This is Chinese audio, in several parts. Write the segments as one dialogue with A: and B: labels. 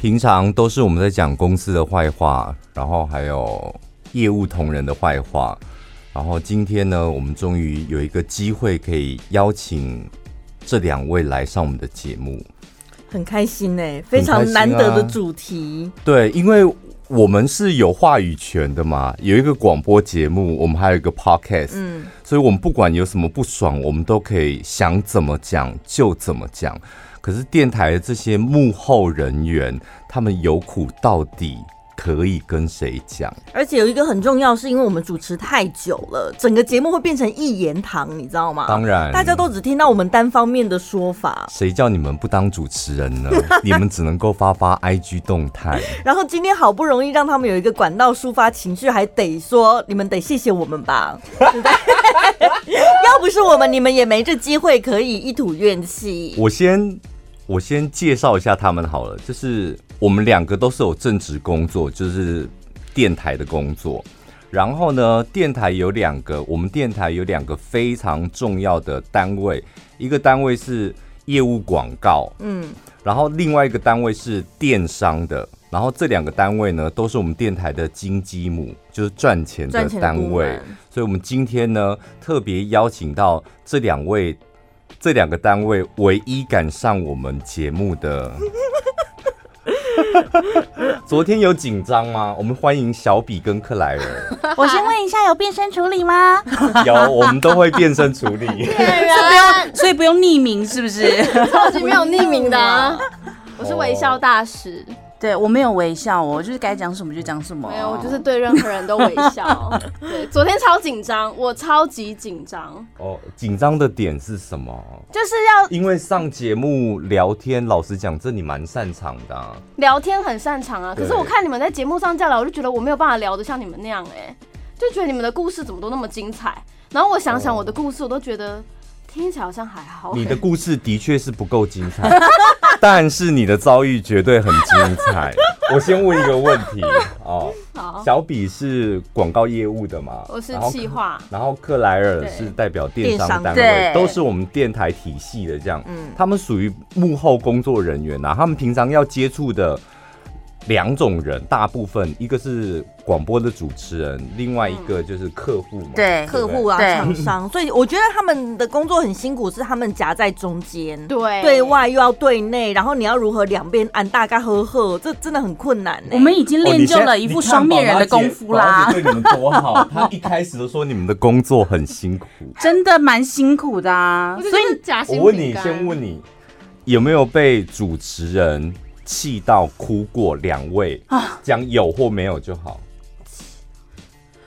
A: 平常都是我们在讲公司的坏话，然后还有业务同仁的坏话。然后今天呢，我们终于有一个机会可以邀请这两位来上我们的节目。
B: 很开心哎、非常难得的主题。
A: 对，因为我们是有话语权的嘛，有一个广播节目，我们还有一个 podcast，
B: 嗯，
A: 所以我们不管有什么不爽，我们都可以想怎么讲就怎么讲。可是电台的这些幕后人员，他们有苦到底可以跟谁讲？
B: 而且有一个很重要，是因为我们主持太久了，整个节目会变成一言堂，你知道吗？
A: 当然，
B: 大家都只听到我们单方面的说法。
A: 谁叫你们不当主持人 呢？你们只能够发发 IG 动态。
B: 然后今天好不容易让他们有一个管道抒发情绪，还得说你们得谢谢我们吧，对不对？要不是我们，你们也没这机会可以一吐怨气。
A: 我先我先介绍一下他们好了，就是我们两个都是有正职工作，就是电台的工作。然后呢，电台有两个，我们电台有两个非常重要的单位，一个单位是业务广告，
B: 嗯，
A: 然后另外一个单位是电商的。然后这两个单位呢，都是我们电台的金鸡母，就是赚钱的
B: 赚钱的
A: 单
B: 部
A: 位。
B: 门
A: 所以我们今天呢，特别邀请到这两位、这两个单位唯一敢上我们节目 的。昨天有紧张吗？我们欢迎小比跟克莱尔。
C: 我先问一下，有变身处理吗？
A: 有，我们都会变身处 理。
C: 不用，所以不用匿名，是不是？
D: 超级没有匿名 的、啊，我是微笑大使，
A: 哦
C: 对我没有微笑哦，我就是该讲什么就讲什么。
D: 没有，我就是对任何人都微 笑。对，昨天超紧张，我超级紧张，
A: 哦，紧张的点是什么？
C: 就是要
A: 因为上节目聊天，老实讲，这你蛮擅长的、啊。
D: 聊天很擅长啊。
A: 对
D: 可是我看你们在节目上这样聊，我就觉得我没有办法聊得像你们那样、哎，就觉得你们的故事怎么都那么精彩。然后我想想我的故事，我都觉得听起来好像还好。
A: 哦
D: 欸
A: 你的故事的确是不够精彩， 但是你的遭遇绝对很精 彩。我先问一个问题哦，
D: 好，
A: 小比是广告业务的嘛？
D: 我是
A: 然后
D: 气化，
A: 然后克莱尔
D: 对
A: 是代表电
B: 电
A: 商
B: 商
A: 单位，
C: 对
A: 都是我们电台体系的这样。
B: 嗯
A: 他们属于幕后工作人员啊，他们平常要接触的两种人，大部分一个是广播的主持人，另外一个就是客户嘛。
C: 嗯对
A: 不
B: 客户啊，
C: 对
B: 厂商，所以我觉得他们的工作很辛苦，是他们夹在中间，
D: 对
B: 对外又要对内，然后你要如何两边按大家呵呵，这真的很困难呢、
C: 我们已经
A: 哦
C: 练就了一副双面人的功夫
D: 哦
C: 啦，
A: 你看宝拉姐宝拉姐对你们多 好，她一开始都说你们的工作很辛苦。
C: 真的蛮辛苦的啊
D: 我。就
C: 所
D: 觉
C: 以
D: 得假心
A: 我问你，
D: 饼干
A: 先问你有没有被主持人气到哭过？两位
C: 啊
A: 讲有或没有就好。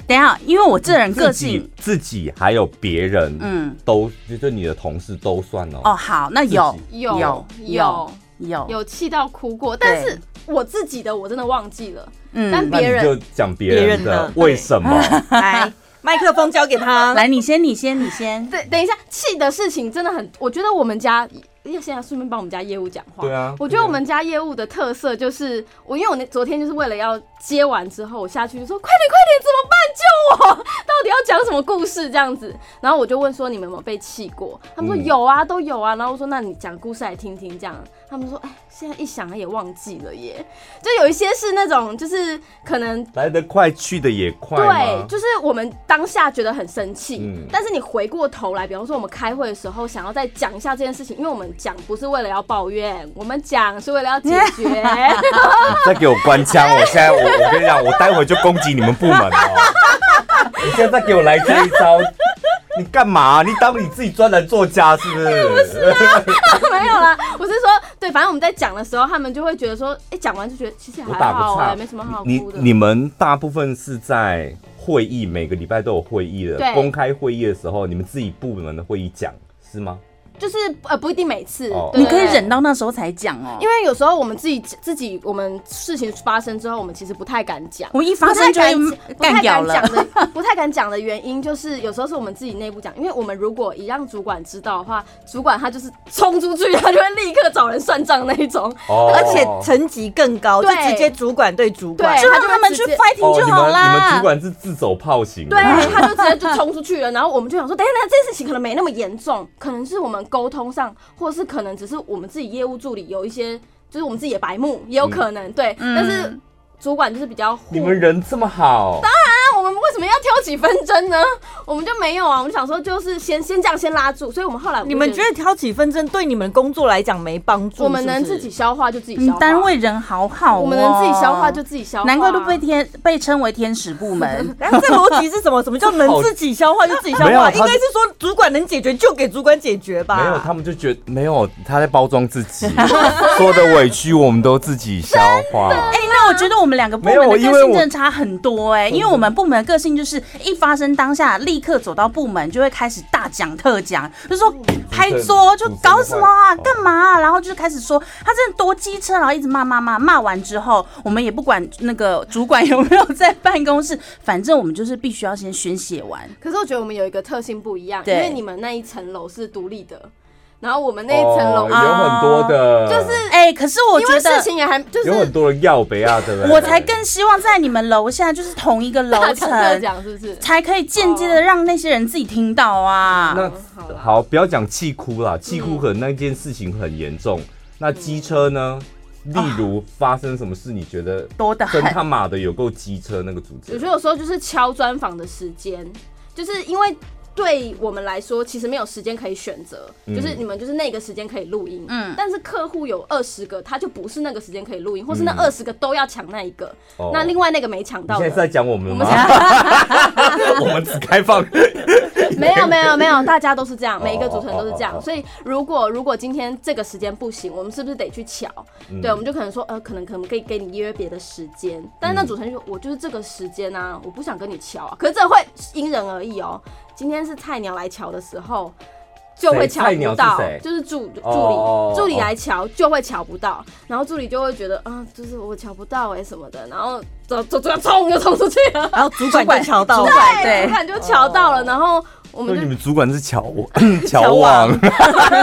C: 等一下，因为我这人个
A: 自己
C: 性，
A: 自己还有别人，
C: 嗯，
A: 都就就你的同事都算
C: 哦，
A: 哦。
C: 好，那有
A: 自
D: 有
C: 有
D: 有
C: 有，
D: 有气到哭过，但
C: 对
D: 是我自己的我真的忘记了。
C: 嗯
D: 但，
A: 那你
D: 别人
A: 就讲别
B: 别
A: 人
B: 人
A: 的
B: 的，
A: 为什么？
B: 来，麦克风交给他。
C: 来，你先，你先，你先。
D: 对，等一下，气的事情真的很，我觉得我们家要现在顺便帮我们家业务讲话。
A: 对啊
D: 我觉得我们家业务的特色就是，我因为我那昨天就是为了要接完之后，我下去就说快点快点，怎么办？救我！ 到底要讲什么故事这样子？然后我就问说你们有没有被气过？他们
A: 嗯
D: 说有啊，都有啊。然后我说那你讲故事来听听这样。他们说哎，现在一想也忘记了耶。就有一些是那种就是可能
A: 来得快，去的也快吗
D: 对，就是我们当下觉得很生气，
A: 嗯
D: 但是你回过头来，比方说我们开会的时候，想要再讲一下这件事情，因为我们讲不是为了要抱怨，我们讲是为了要解 决。
A: 你再给我关枪！我现在我我跟你讲，我待会就攻击你们部门哦。你现在再给我来这一招，你干嘛、你当你自己专栏作家是不是？
D: 没有啦，我是说，对，反正我们在讲的时候，他们就会觉得说，哎、讲完就觉得其实
A: 我
D: 还
A: 打不
D: 好哎、
A: 岔，
D: 没什么好
A: 你
D: 哭的。
A: 你们大部分是在会议，每个礼拜都有会议的，
D: 对
A: 公开会议的时候，你们自己部门的会议讲是吗？
D: 就是呃不一定每次，
A: 哦
D: 对
C: 你可以忍到那时候才讲哦，因
D: 因
C: 为
D: 为有时候我们自己自己我们事情发生之后，我们其实不太敢讲。
C: 我们一发生就会
D: 不
C: 干
D: 太
C: 掉
D: 敢
C: 了
D: 讲。的，不太敢讲的原因就是，有时候是我们自己内部讲，因为我们如果一让主管知道的话，主管他就是冲出去，他就会立刻找人算账那 一种。
A: 哦
B: 而且层级更高，就
D: 对
B: 直接主管对主管
D: 对。
C: 就让他们去 fighting 就好
A: 哦、你们你们
C: 啦
A: 主。管是自走炮型的，
D: 对，他就直接就冲出去了，然后我们就想说，等一下，等一下，这件事情可能没那么严重，可能是我们沟通上，或是可能只是我们自己业务助理有一些，就是我们自己的白目，也有可能、对。
C: 嗯
D: 但是主管就是比较护
A: 你们人这么好，
D: 那我们为什么要挑起纷争呢？我们就没有啊，我们想说就是先先这样先拉住，所以我们后来
B: 你们觉得挑起纷争对你们工作来讲没帮助？
D: 我们能
B: 是不是。
D: 自己消化就自己
C: 你
D: 消化，
C: 们嗯单位人好好、哦，
D: 我们能自己消化就自己消化，
C: 难怪都被天被称为天使部 门
B: 然后这逻辑是什么？什么叫能自己消化就自己消
A: 没有
B: 化？
A: 他
B: 应该是说主管能解决就给主管解决吧。
A: 没有，他们就觉得没有他在包装自 己，说的委屈我们都自己消化。
C: 哎、那我觉得我们两个部门
A: 没有
C: 的个
A: 因为
C: 性
A: 我
C: 真的差很多哎、因为我们部门的个性就是一发生当下立刻走到部门就会开始大讲特讲，就说
A: 嗯
C: 拍桌就搞什么啊，
A: 主持人嗯
C: 干嘛啊，然后就开始说他真的多机车，然后一直骂骂骂，骂完之后我们也不管那个主管有没有在办公室， 反正我们就是必须要先宣泄完。
D: 可是我觉得我们有一个特性不一样，因
C: 对
D: 为你们那一层楼是独立的，然后我们那一层楼、
A: 哦有很多的，
D: 啊就是
C: 哎、可是我
D: 因
C: 觉
D: 为事
C: 得。
D: 情也还就
A: 有很
D: 是
A: 多的要不要的。
C: 我才更希望在你们楼下，就是同一个楼
D: 大讲特
C: 层，
D: 讲是不是？
C: 才可以间接的让那些人自己听到啊。
A: 那
D: 好嗯啦
A: 好，不要讲气哭啦，气哭可能那件事情很严重。
D: 嗯
A: 那机车
D: 哦
A: 呢？例如发生什么事，你觉得
C: 多得
A: 真
C: 很。
A: 他妈的有够机车那个组
D: 我
A: 织
D: 觉？得有时候就是敲专访的时间，就是因为对我们来说，其实没有时间可以选择，
A: 嗯
D: 就是你们就是那个时间可以录音，
C: 嗯
D: 但是客户有二十个，他就不是那个时间可以录音，或是那
A: 嗯
D: 二十个都要抢那一个，
A: 哦
D: 那另外那个没抢
A: 你
D: 到
A: 现在
D: 的
A: 是，在讲我们
D: 我
A: 吗
D: 们？
A: 我们只开 放
D: 没有没有没有，大家都是这样，每一个主持人都是这
A: 哦哦哦
D: 样。所以如果如果今天这个时间不行，我们是不是得去瞧？
A: 嗯
D: 对，我们就可能说，呃，可能可能可以给你约别的时间，但是那主持人就说，我就是这个时间啊，我不想跟你瞧啊。可是这会因人而异哦。今天是菜鸟来瞧的时候。就会瞧
A: 菜鸟
D: 不
A: 是
D: 到
A: 谁，
D: 就是助助理、
A: 哦哦哦
D: 助理来瞧就会瞧不到，然后助理就会觉得啊、就是我瞧不到哎、什么的，然后走走走，冲就冲出去了，
B: 然后主管就瞧到
C: 主
B: 了，
C: 管
D: 突
C: 对，
D: 然就瞧到了，然后我
A: 那
D: 们就
A: 你们主管是乔王， 乔王，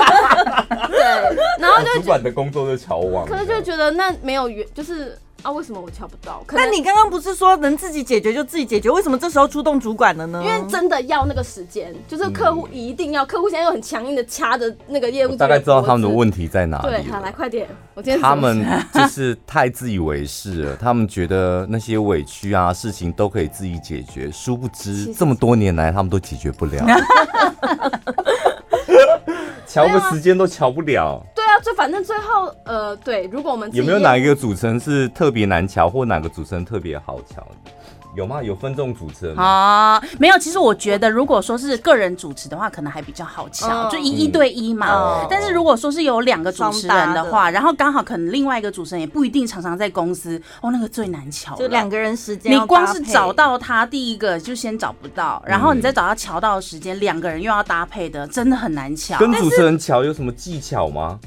D: 对，然后就
A: 主管的工作就是乔王。
D: 可是就觉得那没有缘，就是啊，为什么我瞧不到？可
B: 那
D: 能
B: 你刚刚不是说能自己解决就自己解决，为什么这时候出动主管了呢？
D: 因为真的要那个时间，就是客户
B: 嗯
D: 一定要，客户现在又很强硬的掐着那个业务，
A: 我大概知道他们的。问题在哪里
D: 对，
A: 了
D: 好，来快点，我今天
A: 他们就是太自以为是了，他们觉得那些委屈啊事情都可以自己解决，殊不知
D: 实
A: 这么多年来他们都解决不 了，瞧个时间都瞧不了。
D: 对啊，就反正最后呃，对，如果我们自己
A: 有没有
D: 业
A: 哪一个主持人是特别难瞧，或哪个主持人特别好瞧？有吗？有分众主持人吗？
C: 啊，没有。其实我觉得，如果说是个人主持的话，可能还比较好瞧，
D: 嗯
C: 就一一对一嘛。
A: 嗯
C: 但是如果说是有两个主持人的
B: 双搭
C: 话，然后刚好可能另外一个主持人也不一定常常在公司，哦，那个最难瞧了。
B: 就两个人时间
C: 你
B: 要搭配，
C: 光是找到他第一个就先找不到，然后你再找到瞧到的时间，两个人又要搭配的，真的很难瞧。
A: 跟主持人瞧有什么技巧吗？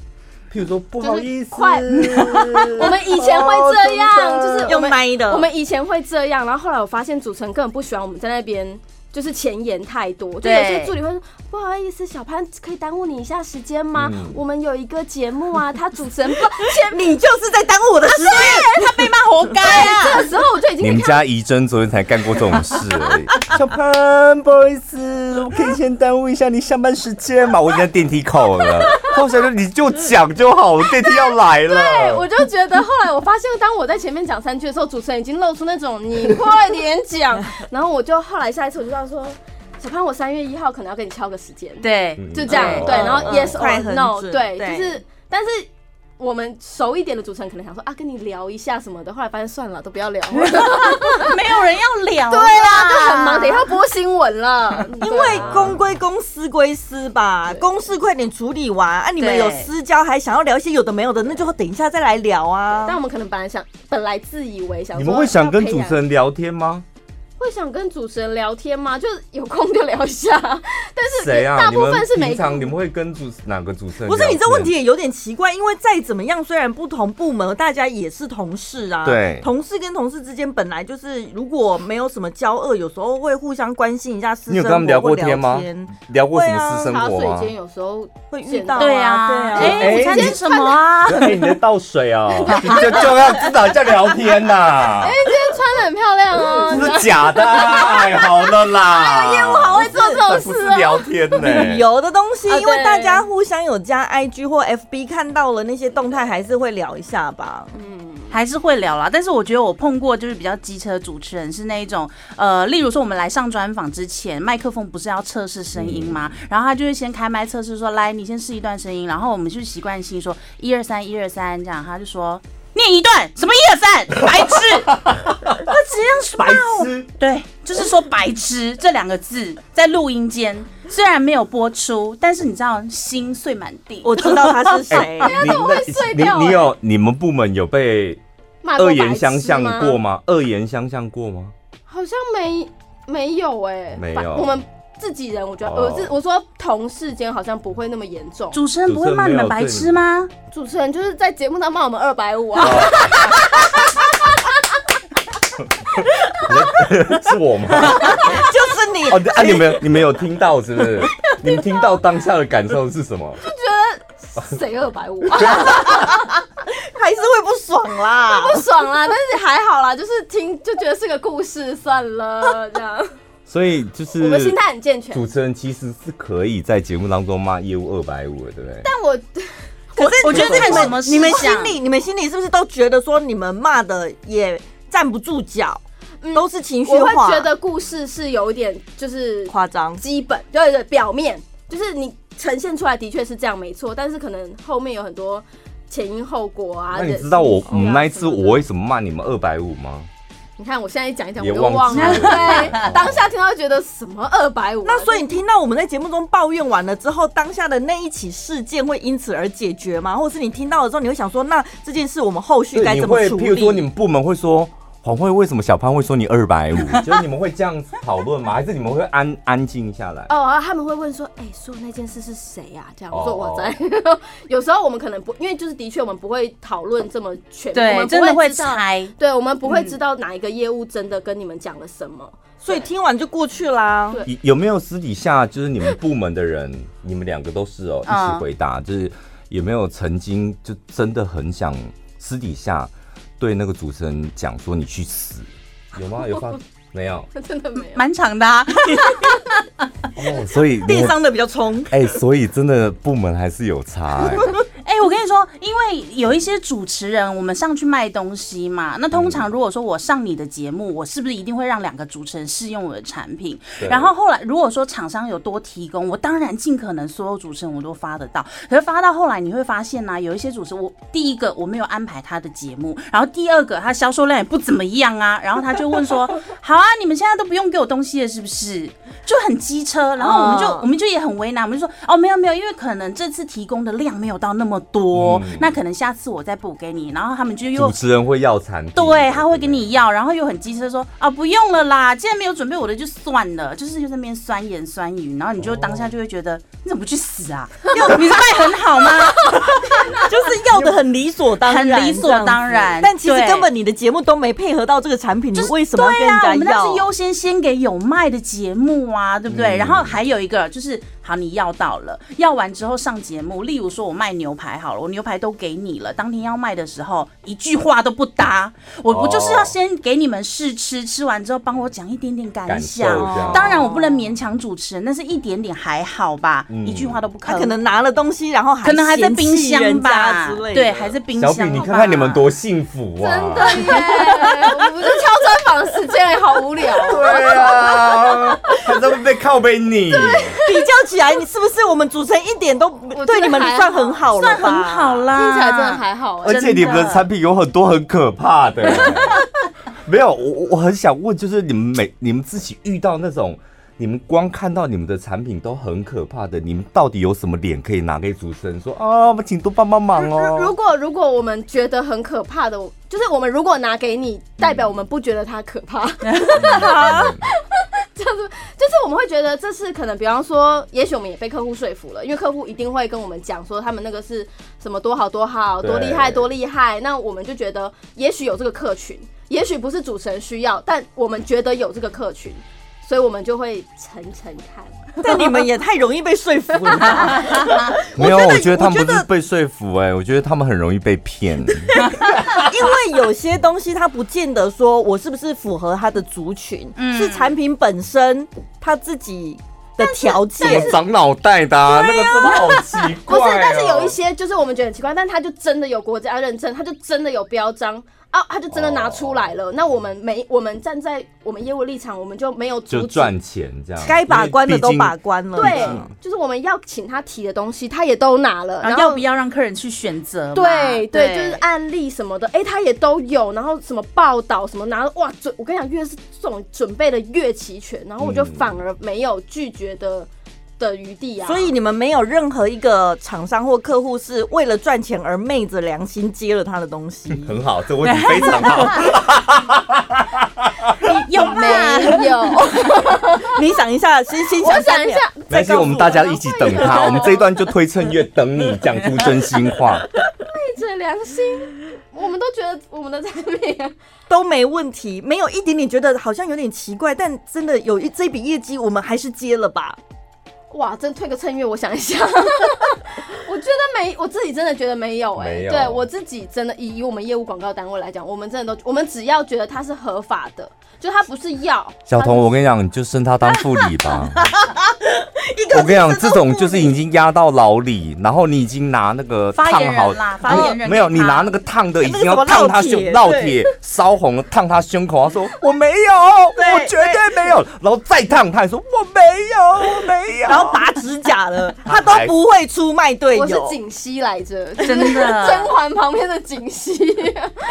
A: 譬如说不好意思，
D: 快我们以前会这样，就是我
B: 用
D: 们
B: 麦哦的，
D: 我们以前会这样，然后后来我发现主持人根本不喜欢我们在那边。就是前言太多，就
C: 对
D: 有些助理会说不好意思，小潘可以耽误你一下时间吗？
A: 嗯
D: 我们有一个节目啊，他主持人不 前面
B: 你就是在耽误我的时间，
C: 他被骂活该啊！
D: 哎这个时候我就已
A: 你
D: 经可以
A: 们
D: 看
A: 家怡珍昨天才干过这种事而已。 小潘，不好意思，我可以先耽误一下你上班时间嘛？我已经在电梯口 了。后来就你就讲就好，我电梯要来
D: 对，我
A: 了。
D: 就觉得后来我发现，当我在前面讲三句的时候，主持人已经露出那种你快点 讲，然后我就后来下一次我就这样说，小潘，我三月一号可能要跟你敲个时间，
C: 对，
A: 嗯
D: 就这样，
A: 嗯
D: 对，然后
B: 嗯
D: yes
B: 快
D: or
B: 很
D: no，
B: 准
D: 对，
B: 对
D: 就是，但是我们熟一点的主持人可能想说啊，跟你聊一下什么的，后来发现算了，都不要 聊，对
C: 没有人要聊。
D: 啊，都很忙，等一下播新闻了，
B: 因
D: 对
B: 为
D: 啊
B: 公归公，私归私吧，公事快点处理完啊！你们
C: 对
B: 有私交还想要聊一些有的没有的，那就等一下再来聊
D: 但
B: 啊。
D: 我们可能本来想，本来自以为想，
A: 你们会想跟主持人聊天吗？
D: 会想跟主持人聊天吗？就是有空就聊一下，但是
A: 谁啊？
D: 大
A: 你
D: 部
A: 们
D: 分是没
A: 平常
D: 空
A: 你。们会跟主持哪个主持人聊天？
B: 不是你这问题也有点奇怪，因为再怎么样，虽然不同部门，大家也是同事啊。
A: 对
B: 同事跟同事之间本来就是，如果没有什么交恶，有时候会互相关心一下私
A: 你
B: 生
A: 有跟
B: 活
A: 他们聊
B: 或
A: 过
B: 聊
A: 天吗
B: 天？
A: 聊过什么私生
D: 茶
A: 活啊
D: 啊水
A: 吗？
D: 间有时候
B: 会遇到
C: 对
B: 啊，
C: 啊，
B: 对啊。
A: 哎
C: 哎，午餐吃什么啊？
A: 啊 哎，你在倒水哦，你就就要知道叫聊天呐。
D: 今天穿的很漂亮啊，
A: 这是假的啊，哎，好了
D: 哎
A: 啦，业务好
D: 会做这种
A: 不
D: 事
A: 是
D: 啊。
A: 聊天呢、
B: 旅游的东西，
D: 啊
B: 因为
D: 对
B: 大家互相有加 IG 或 FB，看到了那些动态，还是会聊一下吧。
C: 还是会聊啦，但是我觉得我碰过就是比较机车的主持人是那一种，呃，例如说我们来上专访之前，麦克风不是要测试声音吗？然后他就会先开麦测试说，来，你先试一段声音，然后我们就习惯性说一二三一二三这样，他就说念一段什么一二三， 白痴，他直接这样
A: 白
C: 骂我
A: 痴，
C: 对，啊就是说“白痴”这两个字在录音间虽然没有播出，但是你知道心碎满地。
B: 我知道他是 谁，
A: 哎
D: 哎
A: 你那
D: 碎
A: 你
D: 掉
A: 你
D: 欸
A: 有你们部门有被
D: 骂过
A: 恶
D: 白痴啊
A: 言相向过
D: 吗？
A: 吗？恶言相向过吗？
D: 好像没没有哎，
A: 没有
D: 反我们自己人，我觉得
A: 哦
D: 我自我说同事间好像不会那么严重。
C: 主持人不会骂你们白痴吗？
D: 主持人就是在节目上骂我们二百五啊，
A: 是我吗？
B: 就是你。
A: 哦，啊，你们你们有听到是不是？你们听到当下的感受是什么？
D: 谁二百五啊？
B: 还是会不爽 啦。
D: 不爽啦，但是还好啦，就是听就觉得是个故事算了这样。
A: 所以就是
D: 我们心态很健全，
A: 主持人其实是可以在节目当中骂业务二百五的，对不对？
D: 但我
B: 可是
C: 我觉得
B: 你
C: 看什么
B: 们
C: 事
B: 你们
C: 想
B: 心里你们心里是不是都觉得说你们骂的也站不住脚，
D: 嗯
B: 都是情绪
D: 我会
B: 化，
D: 觉得故事是有一点就是
B: 夸张。
D: 基本，对对，表面就是你呈现出来的确是这样没错，但是可能后面有很多前因后果啊。
A: 那你
D: 人
A: 知道我
D: 事
A: 我
D: 情啊
A: 们那一
D: 什
A: 次
D: 么的
A: 我为什么骂你们二百五吗？
D: 你看我现在一讲一讲
A: 也
D: 我就
A: 忘
D: 忘
A: 记
D: 了，
A: 了
D: 对， 当下听到就觉得什么二百五，啊
B: 那所以你听到我们在节目中抱怨完了之后，当下的那一起事件会因此而解决吗？或是你听到了之后，你会想说，那这件事我们后续
A: 对，
B: 该
A: 你
B: 怎么
A: 会，
B: 处
A: 譬如说你
B: 理？
A: 们部门会说。黄慧，为什么小潘会说你二百五？ 就是你们会这样子讨论吗？还是你们会安安静下来？
D: 哦，然后他们会问说，哎、说那件事是谁呀、这样我说
A: 哦
D: 我在。 有时候我们可能不，因为就是的确我们不会讨论这么全，我
C: 对，
D: 们
C: 真的
D: 不
C: 会嗯
D: 会知道。
C: 猜。
D: 对，我们不会知道哪一个业务真的跟你们讲了什么。
B: 所以听完就过去啦。
C: 呃
D: 对
A: 有有没有私底下就是你们部门的人，你们两个都是哦，一
C: 嗯
A: 起回答，就是有没有曾经就真的很想私底下对那个主持人讲说你去死，有吗？有 发没有？
D: 真的没有，
C: 蛮长的、啊，
A: 哦，所以你
B: 电
A: 们
B: 商的比较冲，
A: 哎、所以真的部门还是有差、 哎
C: 哎、我跟你说，因为有一些主持人，我们上去卖东西嘛，那通常如果说我上你的节目，我是不是一定会让两个主持人试用我的产品？
A: 对
C: 然后后来如果说厂商有多提供，我当然尽可能所有主持人我都发得到。可是发到后来，你会发现呢、有一些主持人，我第一个我没有安排他的节目，然后第二个他销售量也不怎么样啊，然后他就问说：“ 好啊，你们现在都不用给我东西了，是不是？”就很机车，然后我们
D: 嗯
C: 就、
B: 哦
C: 我们就也很为难，我们就说：“哦，没有没有，因为可能这次提供的量没有到那么多，
A: 嗯
C: 那可能下次我再补给你。”然后他们就又
A: 主持人会要产品，
C: 对，他会跟你要，然后又很机车说啊，不用了啦，既然没有准备我的就算了，就是又在那边酸言酸语，然后你就当下就会觉得、你怎么不去死 啊？又你是卖很好吗？
B: 就是要的很理所当然，
C: 很理所当然
B: 这样子但其实
C: 对
B: 根本你的节目都没配合到这个产品，你为什么要跟
C: 对啊，我
B: 人
C: 们
B: 家
C: 那
B: 要
C: 是？优先先给有卖的节目啊，对不
A: 嗯
C: 对？然后还有一个就是，好，你要到了，要完之后上节目，例如说我卖牛排好了，我牛排都给你了，当天要卖的时候一句话都不搭，我
A: 哦
C: 不就是要先给你们试吃，吃完之后帮我讲一点点感
A: 感受
C: 想
A: 这。样。
C: 当然我不能勉强主持人，但是一点点还好吧，
A: 嗯
C: 一句话都不可
B: 他可能拿了东西，然后还
C: 可能还在
B: 嫌弃
C: 冰箱
B: 人家
C: 吧
B: 之类，的
C: 对，还在冰
A: 小
C: 箱
A: 比，
C: 吧。
A: 你看看你们多幸福啊！
D: 真的耶！我们就敲专访的时间也好无聊哦。
A: 对啊，还在被靠背 你。
B: 比较起来，你是不是我们主持人一点都对
D: 我真的
B: 你们
D: 还好
B: 算很好了，
C: 算很好。啦，
D: 听起来真的还好哎、
A: 而且你们的产品有很多很可怕 的。没有，我我我很想问，就是你们每你们自己遇到那种，你们光看到你们的产品都很可怕的，你们到底有什么脸可以拿给主持人说啊？我们请多帮帮忙
D: 如如
A: 哦。
D: 果如果我们觉得很可怕的，我就是我们如果拿给你，代表我们不觉得它可怕，
A: 嗯
D: 这样子 就是我们会觉得这是可能，比方说，也许我们也被客户说服了，因为客户一定会跟我们讲说他们那个是什么多好多好
A: 对
D: 多厉害多厉害，那我们就觉得也许有这个客群，也许不是主持人需要，但我们觉得有这个客群，所以我们就会层层看。
B: 但你们也太容易被说服了吧。
A: 没有，我觉得他
B: 我觉
A: 们不
B: 得
A: 是被说服哎、我觉得他们很容易被 骗。
B: 因为有些东西它不见得说我是不是符合它的族群，
C: 嗯
B: 是产品本身它自己的条
A: 怎么
B: 件。
A: 长脑袋的、啊？那个真的好奇
D: 不
A: 怪、
D: 是
A: 哦。，
D: 但是有一些就是我们觉得很奇怪，但它就真的有国家认证，它就真的有标章啊，它就真的拿出来了。
A: 哦
D: 那我们没，我们站在我们业务立场，我们就没有阻
A: 就
D: 止。
A: 赚钱嗯这样，
B: 该把关的都把
A: 关。
B: 关了，嗯
D: 对，就是我们要请他提的东西，他也都拿了，
C: 然
D: 然
C: 后啊
D: 后
C: 要不要让客人去选择嘛？
D: 对对，就是案例什么的，哎、他也都有，然后什么报道什么拿了，哇，准我跟你讲，越是这种准备的越齐全，然后我就
A: 嗯
D: 反而没有拒绝的的余地啊。
B: 所以你们没有任何一个厂商或客户是为了赚钱而昧着良心接了他的东西。
A: 很好，这问题非常好。
C: 哎有啊吧？
D: 没有，
B: 你想一下，先先
D: 我
B: 想
D: 想一
B: 秒
D: 下，，
A: 没关系，我们大家一起等 他。我们这一段就推趁月等你讲出真心话。
D: 昧着良心，我们都觉得我们的产品啊
B: 都没问题，没有一点点觉得好像有点奇怪，但真的有一这笔业绩，我们还是接了吧。
D: 哇，真退个趁月，我想一下，我觉得没，我自己真的觉得没有哎、
A: 没有
D: 对我自己真的以以我们业务广告单位来讲，我们真的都，我们只要觉得它是合法的，就它不是药，
A: 小童，我跟你讲，你就升他当副理 吧。
B: 一个
A: 我跟你讲，这种就是已经压到牢里，然后你已经拿那个
C: 发
A: 烫
C: 言
A: 好
C: 人啦，发言人
A: 没有，
C: 给
A: 你
C: 他
A: 拿那个烫的已经
B: 哎那
A: 要
B: 个什么
A: 烫他胸，
B: 烙
A: 烙
B: 铁
A: 铁烧红，烫他胸口。他说我没有，
B: 对
A: 我绝对没有。然后再烫，他还说我没有，我没有。
B: 然后拔指 甲了，他都不会出卖队
D: 我是
B: 友。
D: 锦溪来着，
C: 真的
D: 甄嬛旁边的 锦溪，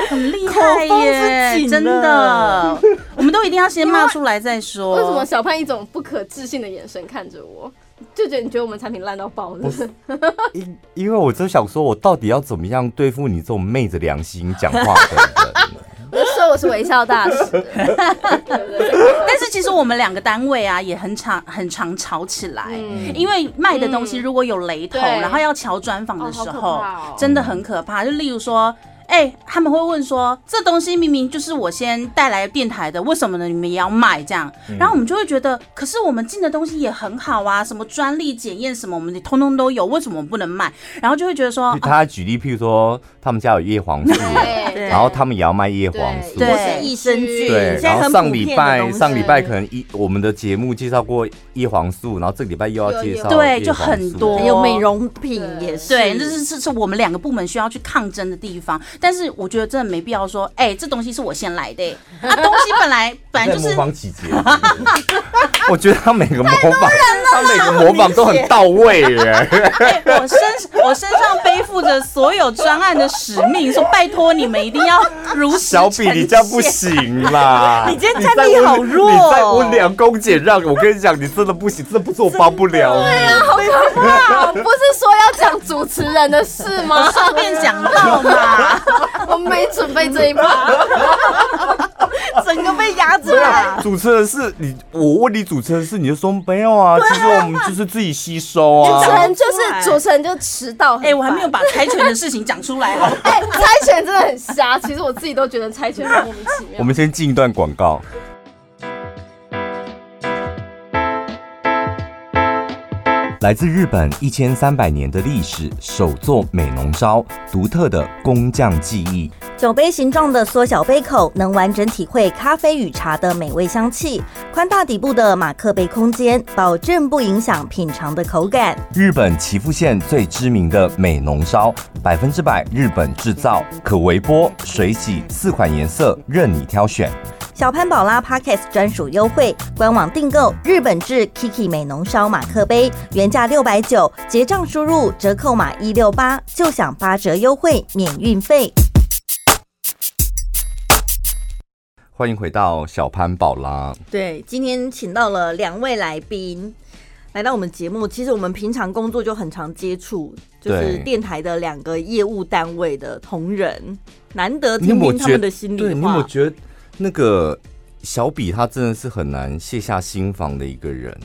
C: 很厉
B: 口
C: 害
B: 风是
C: 耶，
D: 啊
B: 紧
C: 真的
B: 的，
C: 我们都一定要先骂出来再
A: 哦
C: 说。
D: 为什么小潘一种不可置信的眼神看着我？就觉得你觉得我们产品烂到爆了，
A: 因因为我就想说，我到底要怎么样对付你这种昧着良心讲话的人？
D: 我就说我是微笑大使，对不对？
C: 但是其实我们两个单位啊，也很常很常吵起来，
D: 嗯
C: 因为卖的东西如果有雷同，
D: 对
C: 然后要瞧专访的时
D: 哦好可
C: 候，
D: 怕哦
C: 真的很可怕。就例如说。哎、他们会问说，这东西明明就是我先带来电台的，为什么呢？你们也要卖这样？然后我们就会觉得，可是我们进的东西也很好啊，什么专利检验什么，我们通通都有，为什么我们不能卖？然后就会觉得说，啊
A: 他举例，譬如说他们家有叶黄素，
D: 对
A: 然后他们也要卖叶黄素。
C: 对
B: 是益生菌，
A: 对，
B: 现在
A: 然后
B: 很
A: 上
B: 普
A: 礼
B: 遍的
A: 拜
B: 东西
A: 上礼拜可能一我们的节目介绍过叶黄素，然后这个礼拜又要介绍
C: 又有对
A: 叶黄素哎
C: 就很多
B: 还有美容品也是，
C: 对，这是是是我们两个部门需要去抗争的地方。但是我觉得真的没必要说，哎、这东西是我先来的、啊，东西本来 本来
A: 在
C: 就是
A: 模仿姐姐， 我觉得他每个模仿，他每个模仿都很到位耶。
C: 哎、我身我身上背负着所有专案的使命，说拜托你们一定要如实
A: 小比，你这样不
C: 呈现
A: 行啦！
B: 你今天战力好弱
A: 你再温良恭俭让，我跟你讲，你真的不行，真的不是我帮不了
B: 啊
A: 你。
D: 哇， 不是说要讲主持人的事吗？
C: 顺便讲到嘛，
D: 我没准备这 一趴，
B: 整个被压制
A: 对
B: 了
A: 啊，。主持人是你，我问你主持人是，你就说没有啊，其实我们就是自己吸收
D: 主持
A: 啊。
D: 人就是主持人就迟到很
C: 哎、
D: 烦。
C: 我还没有把猜拳的事情讲出来哦。
D: 哎，猜拳真的很瞎，其实我自己都觉得猜拳很莫名其妙
A: 我。们先进一段广告。来自日本一千三百年的历史，手作美浓烧，独特的工匠技艺，
E: 酒杯形状的缩小杯口，能完整体会咖啡与茶的美味香气；宽大底部的马克杯空间，保证不影响品尝的口感。
A: 日本岐阜县最知名的美浓烧，百分之百日本制造，可微波、水洗四款颜色任你挑选。
E: 小潘宝拉 Podcast 专属优惠，官网订购日本制 Kiki 美浓烧马克杯，原价六百九，结账输入折扣码一六八，就享八折优惠，免运费。
A: 欢迎回到小潘宝拉，
B: 对，今天请到了两位来宾来到我们节目。其实我们平常工作就很常接触，就是
A: 对
B: 电台的两个业务单位的同仁，难得
A: 你有
B: 听
A: 没有
B: 听他
A: 觉
B: 们
A: 得
B: 的心
A: 对，
B: 里
A: 你有没有
B: 话。
A: 觉得 那个小比他真的是很难卸下心防的一个人？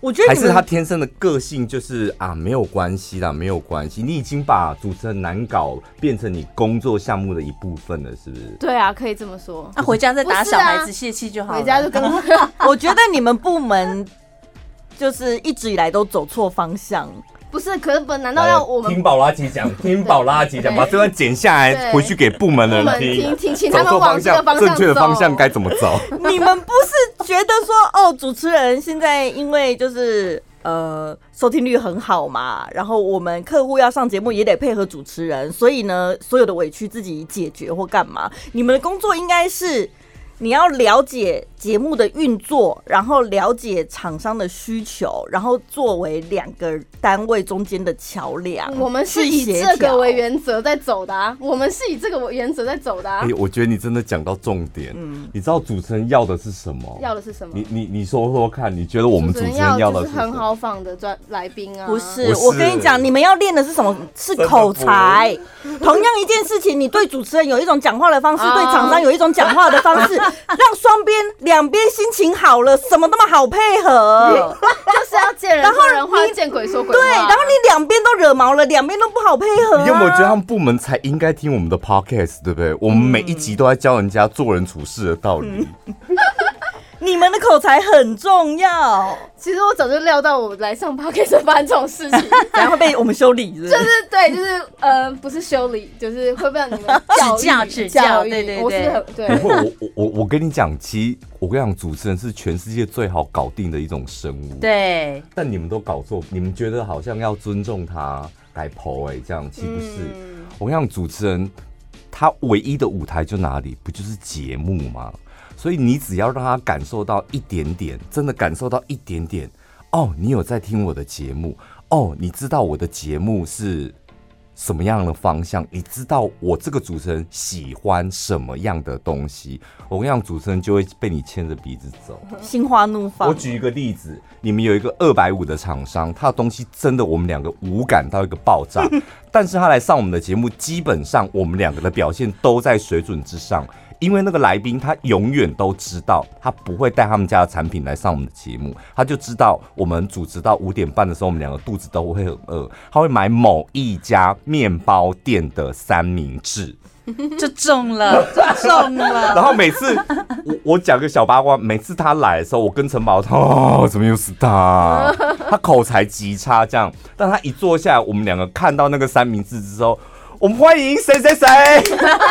B: 我觉得
A: 还
B: 你
A: 是他
B: 们
A: 天生的个性就是啊，没有关系啦，没有关系。你已经把主持人难搞变成你工作项目的一部分了，是不是？
D: 对啊，可以这么说。
C: 那、回家再打
D: 不是
C: 小
D: 啊
C: 孩子泄气就好了。
D: 回家就跟他
B: 我觉得你们部门就是一直以来都走错方向。
D: 不是，可是本难道要我们
A: 听宝拉吉 讲？听宝拉吉讲，
D: 对
A: 把这段剪下来，
D: 对
A: 回去给部门的
D: 部门
A: 人
D: 听
A: 听。
D: 听，请他
A: 走
D: 们
A: 错
D: 往
A: 方
D: 这个
A: 向，
D: 方
A: 正确的
D: 走
A: 方向该怎么走？
B: 你们不是觉得说哦，主持人现在因为就是呃收听率很好嘛，然后我们客户要上节目也得配合主持人，所以呢，所有的委屈自己解决或干嘛？你们的工作应该是。你要了解节目的运作，然后了解厂商的需求，然后作为两个单位中间的桥梁。
D: 嗯我们是
B: 去
D: 以
B: 协
D: 这个
B: 调
D: 为原则在走的啊，我们是以这个为原则在走的啊
A: 哎、。我觉得你真的讲到重点。
B: 嗯
A: 你知道主持人要的是什么？
D: 要的是什么？
A: 你你你说说看，你觉得我们主持人要
D: 要
A: 的
D: 就是
A: 什
D: 很
A: 么？
D: 豪放的专来宾啊，
B: 不是，
A: 不
B: 我跟
A: 是
B: 你讲，你们要练的是什么？是
A: 的
B: 口
A: 不
B: 才。同样一件事情，你对主持人有一种讲话的方式，
D: 哦
B: 对厂商有一种讲话的方式，让双边两边心情好了，什么都么好配合。
D: 就是要见人
B: 然后
D: 说人话，
B: 你
D: 见鬼说鬼话。
B: 对，然后你两边都惹毛了，两边都不好配合、啊。
A: 你有没有觉得他们部门才应该听我们的 podcast，对不对？我们每一集都在教人家做人处事的道
D: 嗯
A: 理。
B: 你们的口才很重要？
D: 其实我早就料到我来上 p o d c a s 发生这种事情，
B: 然后被我们修理是不是
D: 就是对，就是呃，不是修理，就是会被你们教育
C: 指教指教
D: 教育
C: 对对
D: 我是
C: 对
D: 很
A: 不
D: 对。
A: 会，我我我我跟你讲，其实我跟你讲，主持人是全世界最好搞定的一种生物。，
C: 对，
A: 但你们都搞错，你们觉得好像要尊重他改头哎，这样岂不 是？
D: 嗯
A: 我跟你讲，主持人他唯一的舞台就哪里？不就是节目吗？所以你只要让他感受到一点点，真的感受到一点点，哦，你有在听我的节目，哦，你知道我的节目是什么样的方向，你知道我这个主持人喜欢什么样的东西，我跟你讲，主持人就会被你牵着鼻子走。
B: 心花怒
A: 我
B: 放。
A: 举一个例子，你们有一个二百五的厂商，他的东西真的我们两个无感到一个爆炸，但是他来上我们的节目，基本上我们两个的表现都在水准之上，因为那个来宾他永远都知道，他不会带他们家的产品来上我们的节目，他就知道我们主持到五点半的时候，我们两个肚子都会很饿，他会买某一家面包店的三明治。
C: 就中了，就中了。
A: 然后每次我我讲个小八卦，每次他来的时候，我跟陈宝说 哦，怎么又是 他？他口才极差，这样，但他一坐下来，我们两个看到那个三明治之后，我们欢迎谁谁谁。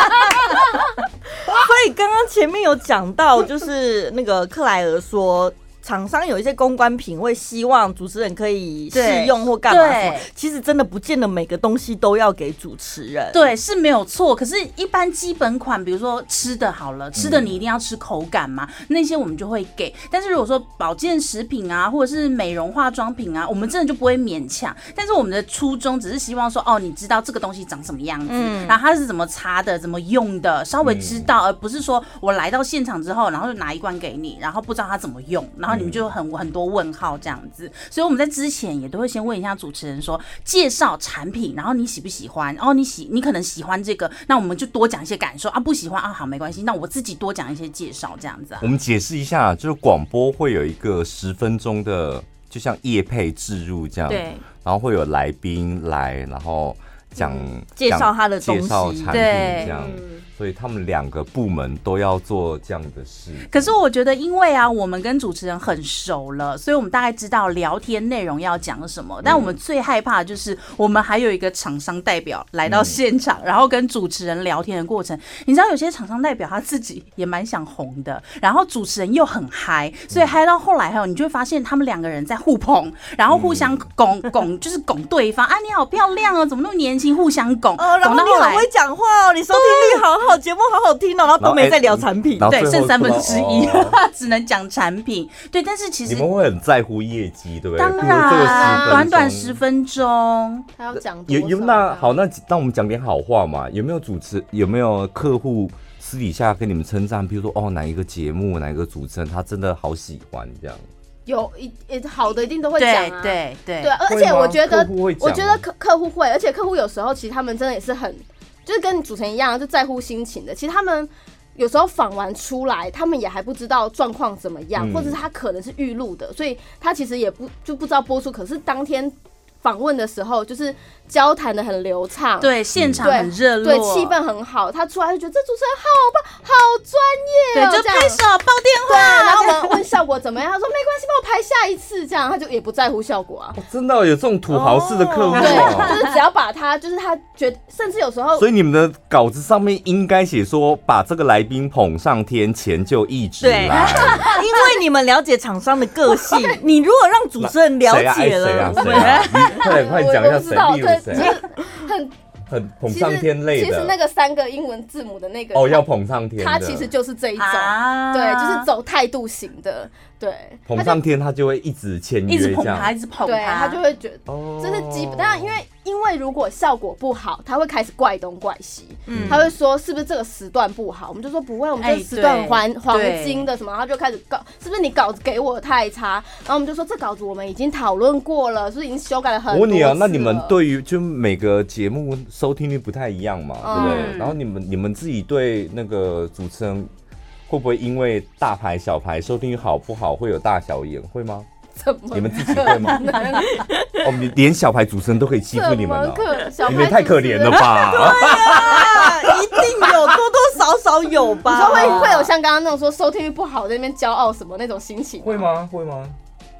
B: 所以刚刚前面有讲到，就是那个克莱尔说。厂商有一些公关品会希望主持人可以试
C: 对
B: 用或干嘛什么
C: 对，
B: 其实真的不见得每个东西都要给主持人。
C: 对，是没有错。可是，一般基本款，比如说吃的好了，吃的你一定要吃口感嘛，那些我们就会给。但是如果说保健食品啊，或者是美容化妆品啊，我们真的就不会勉强。但是我们的初衷只是希望说，哦，你知道这个东西长什么样子，然后它是怎么擦的，怎么用的，稍微知道，而不是说我来到现场之后，然后就拿一罐给你，然后不知道它怎么用，然后你们就很、很多问号这样子。所以我们在之前也都会先问一下主持人说，介绍产品，然后你喜不喜欢？哦，你喜你可能喜欢这个，那我们就多讲一些感受啊，不喜欢啊，好没关系，那我自己多讲一些介绍这样子啊。
A: 我们解释一下，就是广播会有一个十分钟的，就像夜配置入这样，
C: 对，
A: 然后会有来宾来，然后讲
B: 嗯介绍
A: 讲
B: 他的东
A: 介绍
B: 西
A: 产品
C: 对
A: 这样
D: 嗯，
A: 所以他们两个部门都要做这样的事。
C: 可是我觉得，因为啊，我们跟主持人很熟了，所以我们大概知道聊天内容要讲什么。但我们最害怕的就是，我们还有一个厂商代表来到现场，然后跟主持人聊天的过程。你知道，有些厂商代表他自己也蛮想红的，然后主持人又很嗨，所以嗨到后来还有，你就会发现他们两个人在互捧，然后互相拱拱，就是拱对方啊，你好漂亮哦，怎么那么年轻？互相拱，
B: 哦，然后
C: 拱到
B: 你
C: 后来
B: 好会讲话哦，你收听率好好，节目好好听 哦，然后都没在聊产品
A: 然。后
C: 对
A: 最后
C: 剩三分
A: 说
C: 之一
A: 哦
C: 只能讲产品。对，但是其
A: 你
C: 实
A: 们会很在乎业绩，对不对？
C: 当
A: 比如这个10分
C: 然，
A: 钟
C: 短短十分钟，
D: 他要讲多
A: 有有
D: 少
A: 那
D: 啊
A: 好，那那我们讲点好话嘛。有没有主持？有没有客户私底下跟你们称赞？比如说哦，哪一个节目，哪一个主持人，他真的好喜欢这样。
D: 有一一好的一定都会讲
C: 对
D: 啊，
C: 对对
D: 对，而
A: 会
D: 且
A: 吗
D: 我觉得
A: 客户会，
D: 我
A: 讲
D: 觉
A: 吗
D: 得客客户会，而且客户有时候其实他们真的也是很，就是跟主持人一样，就在乎心情的。其实他们有时候访完出来，他们也还不知道状况怎么样，
A: 嗯
D: 或者是他可能是预录的，所以他其实也不就不知道播出。可是当天访问的时候，就是交谈的很流畅，
C: 对，现场
D: 对
C: 很热络，
D: 对，气氛很好。他出来就觉得这主持人好棒，好专
C: 对
D: 业、哦，
C: 就
D: 这样
C: 拍手爆电
D: 对，
C: 话，
D: 然后我们问效果怎么样，他说没关系，帮我拍下一次，这样他就也不在乎效果啊。
A: 哦真的哦有这种土豪式的客户
D: 对，
A: 哦。
D: 就是只要把他，就是他觉得，甚至有时 候
A: 所以你们的稿子上面应该写说，把这个来宾捧上天，钱就一直
B: 对
A: 来。
B: 因为你们了解厂商的个性，你如果让主 持人了
A: 谁啊？哎
B: 解
A: 谁
B: 了
A: 啊？，谁啊？ 你快点快点
D: 我
A: 讲
D: 我
A: 一下
D: 不知道，
A: 谁？例
D: 对，
A: 如
D: 就
A: 谁？啊
D: 是很
A: 很捧
D: 其
A: 上
D: 实
A: 天类
D: 其实那
A: 的。
D: 个三个英文字母的那个
A: 哦，要捧上天的。
D: 他其实就是这一种，
C: 啊
D: 对，就是走态度型的，对，
A: 捧上天，他就会一直签
C: 一
A: 约
C: 直
A: 这
C: 捧他，
A: 样。
C: 一直捧
D: 对 他就会觉得。
A: 哦
D: 这是基本，但因为因为如果效果不好，他会开始怪东怪西，
A: 嗯
D: 他会说是不是这个时段不好，我们就说不会，我们这
C: 哎
D: 个时段
C: 对
D: 黄黄
C: 对
D: 金的什么，然后就开始告是不是你稿子给我太差，然后我们就说这稿子我们已经讨论过了，是不是已经修改了很
A: 我
D: 多
A: 问你啊，
D: 次
A: 那你们
D: 了
A: 对于就每个节目收听率不太一样嘛，对
D: 嗯
A: 不对？然后你们你们自己对那个主持人会不会因为大牌小牌收听率好不好会有大小眼，会吗？
D: 怎么
A: 你们自己会 吗？
D: 可能
A: 哦，你连小牌主持人都可以欺负
D: 怎
A: 你们
D: 么
A: 了、
D: 可小
A: 你
D: 白
A: 们太
D: 主
A: 可
D: 持
A: 怜
D: 人
A: 了 吧？
B: 啊，一定有多多少少有
D: 你说会
B: 吧？
D: 会有像刚刚那种说收听率不好在那边骄傲什么那种心情？啊
A: 会？吗？会吗？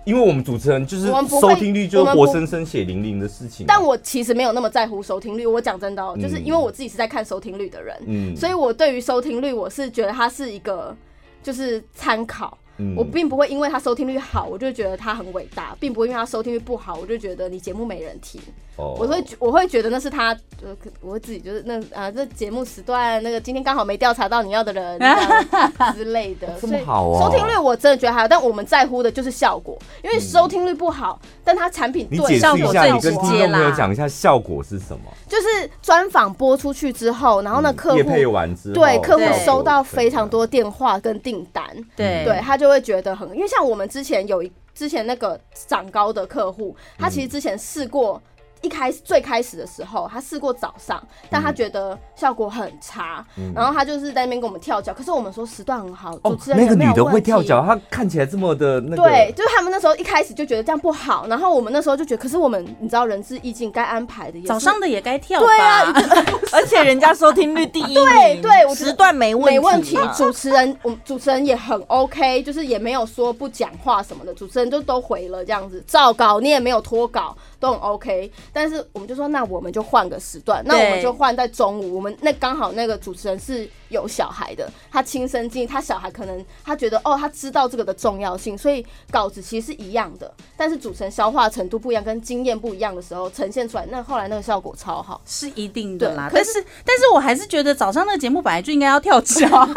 A: 因为我们主持人就是
D: 我们不会
A: 收听率就
D: 我
A: 是
D: 们
A: 活
D: 不
A: 生生血淋淋的事情啊、
D: 但我其实没有那么在乎收听率，我讲真的、哦，就是
A: 嗯
D: 因为我自己是在看收听率的人，
A: 嗯
D: 所以我对于收听率我是觉得它是一个就是参考。
A: 嗯
D: 我并不会因为它收听率好，我就觉得它很伟大，并不会因为它收听率不好，我就觉得你节目没人听。
A: 哦
D: 我会觉我会觉得那是他，呃可我会自己就是那啊，这节目时段那个今天刚好没调查到你要的人这样之类的，
A: 这
D: 所
A: 么
D: 以
A: 好哦
D: 收听率我真的觉得还好，但我们在乎的就是效果，因为收听率不好，但它产品
A: 你解
D: 对
A: 释
D: 效
A: 一
D: 果
A: 下，
D: 最
A: 你跟
D: 好
A: 听
D: 啊
A: 众朋友
C: 啦
A: 讲一下效果是什么？嗯
D: 就是专访播出去之后，然后呢客
A: 业
D: 户
A: 配完之后，
D: 对客户
A: 效果
D: 收到
A: 怎
D: 非常
A: 样。
D: 多电话跟订单，
C: 对
D: 对他就会觉得很，因为像我们之前有一之前那个长高的客户，他
A: 嗯
D: 其实之前试过。一开始最开始的时候，他试过早上，但
A: 嗯
D: 他觉得效果很差，然后他就是在那边跟我们跳脚。可是我们说时段很好，主
A: 哦，
D: 持人
A: 那
D: 也
A: 个
D: 没有
A: 女的
D: 问
A: 会跳
D: 题
A: 脚，她看起来这么的那个，嗯
D: 对，，就是他们那时候一开始就觉得这样不好，然后我们那时候就觉得，可是我们你知道人事意境该安排的也是
C: 早上的也该跳吧，
D: 对啊，
B: 而且人家收听率第一名，
D: 对对我觉得
B: 时段没问
D: 没
B: 题，
D: 问题，主持人我们主持人也很 OK，就是也没有说不讲话什么的，主持人就都回了这样子，照稿你也没有脱稿，都很 OK。但是我们就说，那我们就换个时段，那我们就换在中午。我们那刚好那个主持人是有小孩的，他亲身经历，他小孩可能他觉得哦，他知道这个的重要性，所以稿子其实是一样的，但是主持人消化程度不一样，跟经验不一样的时候呈现出来，那后来那个效果超好。
C: 是一定的啦。
D: 对
C: 但
D: 可是
C: 是，但是我还是觉得早上那个节目本来就应该要跳脚，
B: 所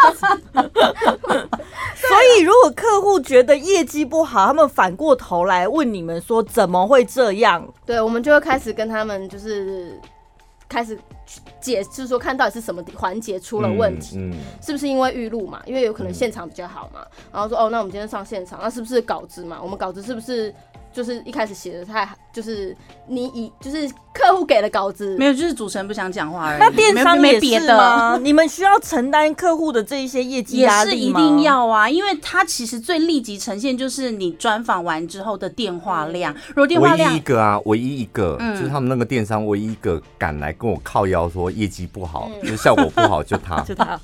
B: 以，如果客户觉得业绩不好，他们反过头来问你们说怎么会这样？
D: 对，我们就会开始跟他们就是开始去解，就是说看到底是什么环节出了问题。
A: 嗯，嗯嗯
D: 是不是因为预录嘛？因为有可能现场比较好嘛。然后说哦，那我们今天上现场，那是不是稿子嘛？我们稿子是不是就是一开始写的太就是你以就是客户给的稿子
C: 没有，就是主持人不想讲话而已。
B: 那电商
C: 没
B: 也
C: 有别
B: 是
C: 的。
B: 吗？你们需要承担客户的这一些业绩
C: 也
B: 压
C: 是
B: 力
C: 一
B: 吗
C: 定。要啊，因为它其实最立即呈现就是你专访完之后的电话量。如果电话
A: 嗯唯一一
C: 量，
A: 个啊，唯一一个、
C: 嗯
A: 就是他们那个电商唯一一个敢来跟我靠腰说业绩不好，就
D: 嗯
A: 是效果不好，就 他
B: 就他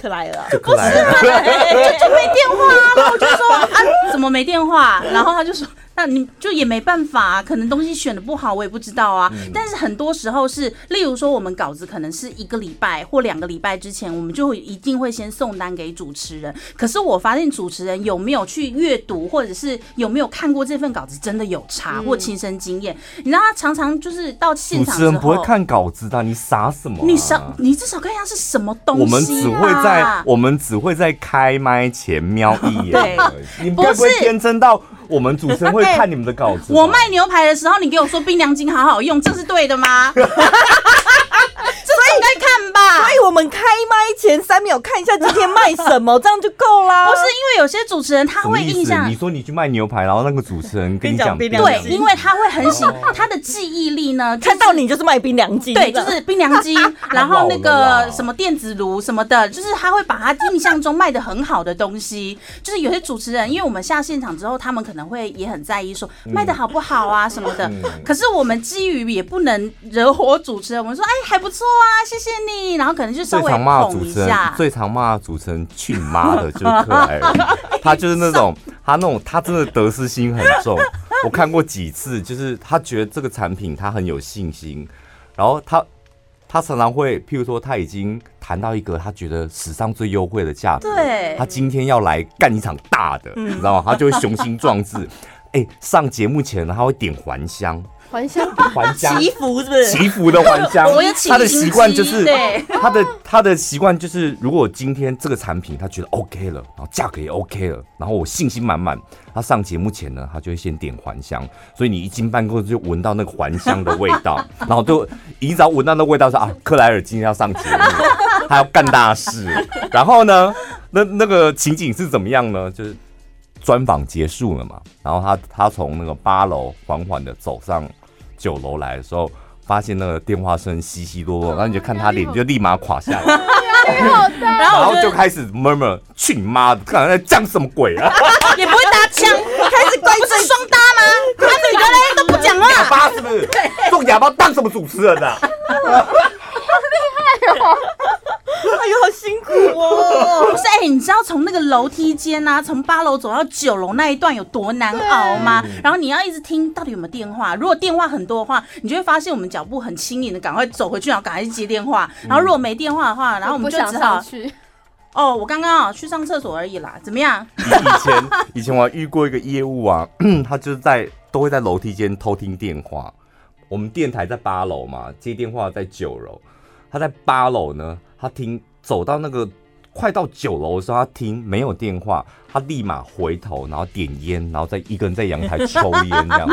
B: 克莱尔啊，
A: 就克莱尔，
C: 就没电话啊，那我就说啊，怎么没电话？ 然后他就说，那你就也没办法啊，可能东西选的不好，我也不知道啊。
A: 嗯
C: 但是很多时候是，例如说我们稿子可能是一个礼拜或两个礼拜之前，我们就会一定会先送单给主持人。可是我发现主持人有没有去阅读，或者是有没有看过这份稿子，真的有差或亲身经验。你知道他常常就是到现
A: 嗯主
C: 场
A: 持
C: 之
A: 人不
C: 后
A: 会。看稿子的，你傻什么啊、
C: 你少，你至少看一下是什么东
A: 我
C: 西、啊。啊
A: 们只会在我们只会在开麦前瞄一
C: 对
A: 眼而已，你们该不会
C: 不是
A: 天真到我们主持人会看你们的稿子吧？
C: 我卖牛排的时候，你给我说冰凉精好 好用，这是对的吗？这总该看吧
B: 所？以我们开麦前前三秒看一下今天卖什么，这样就够啦。
C: 不是因为有些主持人他
A: 什么
C: 会
A: 意
C: 印
A: 思？
C: 象
A: 你。说你去卖牛排，然后那个主持人跟你讲
B: 跟你讲
C: 对，
B: 冰凉
C: 因为他会很喜，他的记忆力呢，就是
B: 看到你就是卖冰凉剂，
C: 对，就是冰 凉机，然后
A: 老
C: 那
A: 了
C: 个
A: 啦
C: 什么电子炉什么的，就是他会把他印象中卖的很好的东西，就是有些主持人，因为我们下现场之后，他们可能会也很在意说卖的好不好啊什么的
A: 嗯。
C: 可是我们基于也不能惹火主持人，我们说哎还不错啊，谢谢你，然后可能就稍
A: 最
C: 微
A: 常骂的
C: 捧
A: 主
C: 一
A: 持人
C: 下，。
A: 最常骂的主持人去你妈的，就是克莱尔，他就是那 种他那种他真的得失心很重。我看过几次，就是他觉得这个产品他很有信心，然后他他常常会，譬如说他已经谈到一个他觉得史上最优惠的价格，
C: 对
A: 他今天要来干一场大的，
C: 嗯
A: 你知道吗？他就会雄心壮志。 哎、上节目前呢他会点还香，
D: 还乡
A: 还香
B: 祈福是不是？
A: 祈福的还香
C: 我有，起
A: 他的
C: 心
A: 习惯
C: 机
A: 就是
C: 对
A: 他的他的习惯就是，如果今天这个产品他觉得 OK 了，然后价格也 OK 了，然后我信心满满，他上节目前呢，他就会先点还香，所以你一进办公室就闻到那个还香的味 道，然后就你只要闻到那个味道说啊，克莱尔今天要上节目，他要干大事。然后呢，那那个情景是怎么样呢？就是专访结束了嘛，然后他他从那个八楼缓缓的走上九楼来的时候，发现那个电话声稀稀落落，然后你就看他脸就立马垮下来，
D: 哦啊
C: 然
A: 然
C: 后
A: 后
C: 我
A: 就
C: 就
A: 开始 murmur 去你妈的，看在讲什么鬼啊，
C: 也不会搭 腔，开始怪不是双搭吗？他们原来都不讲
A: 哑
C: 话，
A: 巴是不是？做哑巴当什么主持人啊？
B: 哎呦，好辛苦哦！
C: 不是哎、你知道从那个楼梯间啊，从八楼走到九楼那一段有多难熬吗？然后你要一直听到底有没有电话，如果电话很多的话，你就会发现我们脚步很轻盈的，赶快走回去，然后赶快去接电话。然后如果没电话的话，然后我们
D: 不
C: 就
D: 想
C: 只好
D: 上去，
C: 哦，我刚刚啊去上厕所而已啦，怎么样？
A: 以以前以前我还遇过一个业务啊， 他就是在都会在楼梯间偷听电话。我们电台在八楼嘛，接电话在九楼，他在八楼呢，他听走到那个快到九楼的时候，他听没有电话，他立马回头，然后点烟，然后再一个人在阳台抽烟这样，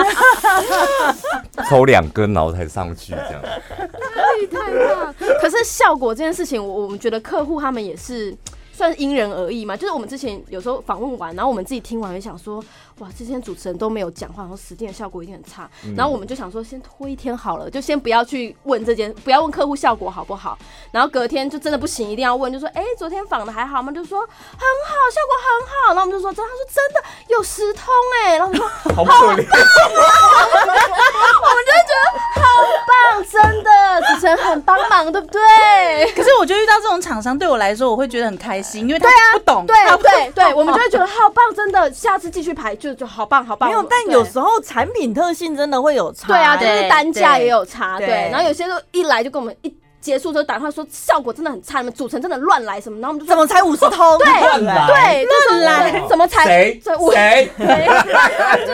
A: 抽两根然后才上去这样。
D: 太大。 可是效果这件事情，我我们觉得客户他们也是。算是因人而异嘛，就是我们之前有时候访问完，然后我们自己听完也想说，哇，这些主持人都没有讲话，然后实践的效果一定很差。然后我们就想说，先拖一天好了，就先不要去问这件，不要问客户效果好不好。然后隔天就真的不行，一定要问，就说，哎、昨天访的还好吗？就说很好，效果很好。然后我们就说，真的，他说真的有十通哎、然后我说
A: 好可怜，
D: 棒，真的主持人很帮忙，对不对？
C: 可是我觉得遇到这种厂商，对我来说我会觉得很开心，因为他不懂，他
D: 对
C: 不
D: 对 对，我们就会觉得好棒，真的，下次继续排就就好棒好棒。
B: 没有，但
D: 对
B: 有时候产品特性真的会有差。
D: 对啊，就是
C: 对
D: 单价
C: 对
D: 也有差，对
C: 对。
D: 然后有些就一来就跟我们一结束之后打电话说效果真的很差，你们主持人真的乱来什么，然后我们就
B: 怎
D: 说
B: 么才五十通？
D: 对对
C: 乱来
D: 对，怎么才
A: 谁
D: 这我
A: 谁
D: 对 就就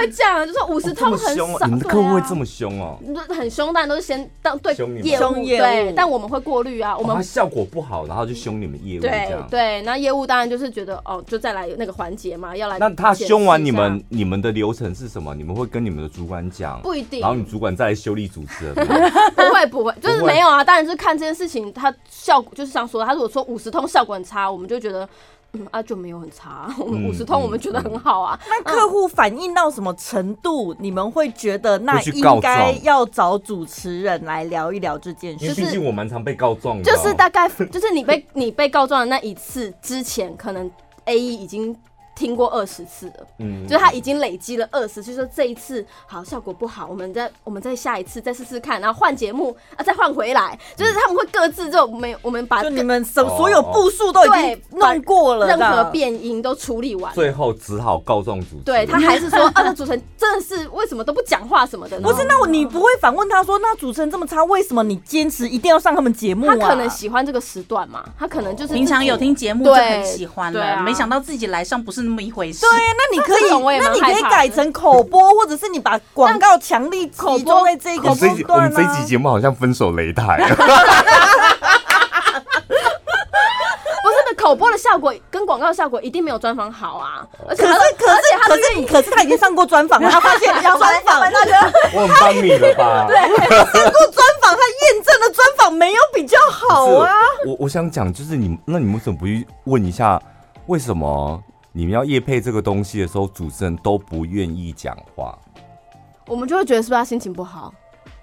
D: 会这样，就说五十
A: 这
D: 通
A: 么
D: 很
A: 凶哦？
D: 少，
A: 你们客户会
D: 对啊
A: 这么凶哦？
D: 就很凶，但都是先当对
A: 凶你们
D: 业务
B: 凶业务
D: 对，但我们会过滤啊，我
A: 我
D: 们
A: 们哦效果不好，然后就凶你们业务这
D: 对
A: 样。
D: 对，那业务当然就是觉得哦，就再来那个环节嘛，要来
A: 那他
D: 解释
A: 凶完
D: 一
A: 你
D: 下
A: 们，你们的流程是什么？你们会跟你们的主管讲，
D: 不一定
A: 然后你主管再来修理主持 人吗。
D: 不会不会，就是
A: 不会
D: 没有啊。当然就是看这件事情，它效果就是像说，他如果说五十通效果很差，我们就觉得。嗯啊，就没有很差、啊，我们
A: 嗯
D: 五十通我们觉得很好啊。
B: 那客户反应到什么程度，你们会觉得那
A: 会去告
B: 应该
A: 状
B: 要找主持人来聊一聊这件
A: 因
B: 事
A: 为
D: 就是
A: 毕竟我蛮常被告状的哦，
D: 就是大概就是你被你被告状的那一次之前，可能 A E 已经听过二十次了，
A: 嗯
D: 就是他已经累积了二十，就说这一次好效果不好，我们再我们再下一次再试试看，然后换节目啊再换回来，就是他们会各自这种没有我们把
B: 就
D: 各
B: 你们所
A: 哦
B: 所有步数都已经
D: 啊对把
B: 弄过了，
D: 任
B: 这
D: 何
B: 样
D: 变音都处理完了，
A: 最后只好告状主持人。
D: 对他还是说， 啊，那主持人真的是为什么都不讲话什么的呢？
B: 不是，那我你不会反问他说，那主持人这么差，为什么你坚持一定要上他们节目啊？
D: 他可能喜欢这个时段嘛，他可能就
C: 哦
D: 是
C: 平常有听节目就
D: 对
C: 很喜欢
D: 对
C: 了，
D: 啊
C: 没想到自己来上不是那么一回事。
B: 对啊，那你可
D: 这种我
B: 以，
D: 也
B: 那
D: 蛮
B: 你可以
D: 害怕的
B: 改成口播，或者是你把广告强力集中在这
A: 我
B: 个
A: 们这一
B: 时
A: 集我
B: 段
A: 们这一
B: 啊
A: 集。节目好像分手擂台，
D: 不是那口播的效果跟广告效果一定没有专访好啊，而且
B: 可是
D: 他
B: 可
D: 而且
B: 是
D: 他
B: 可是可是他已经上过专访 了，他发现专访
A: 我很帮你了吧？
B: 上过专访，他验证了专访没没有比较好
A: 不是
B: 啊。
A: 我我想讲就是你，那你们为什么不去问一下，为什么你们要夜配这个东西的时候，主持人都不愿意讲话？
D: 我们就会觉得是不是他心情不好，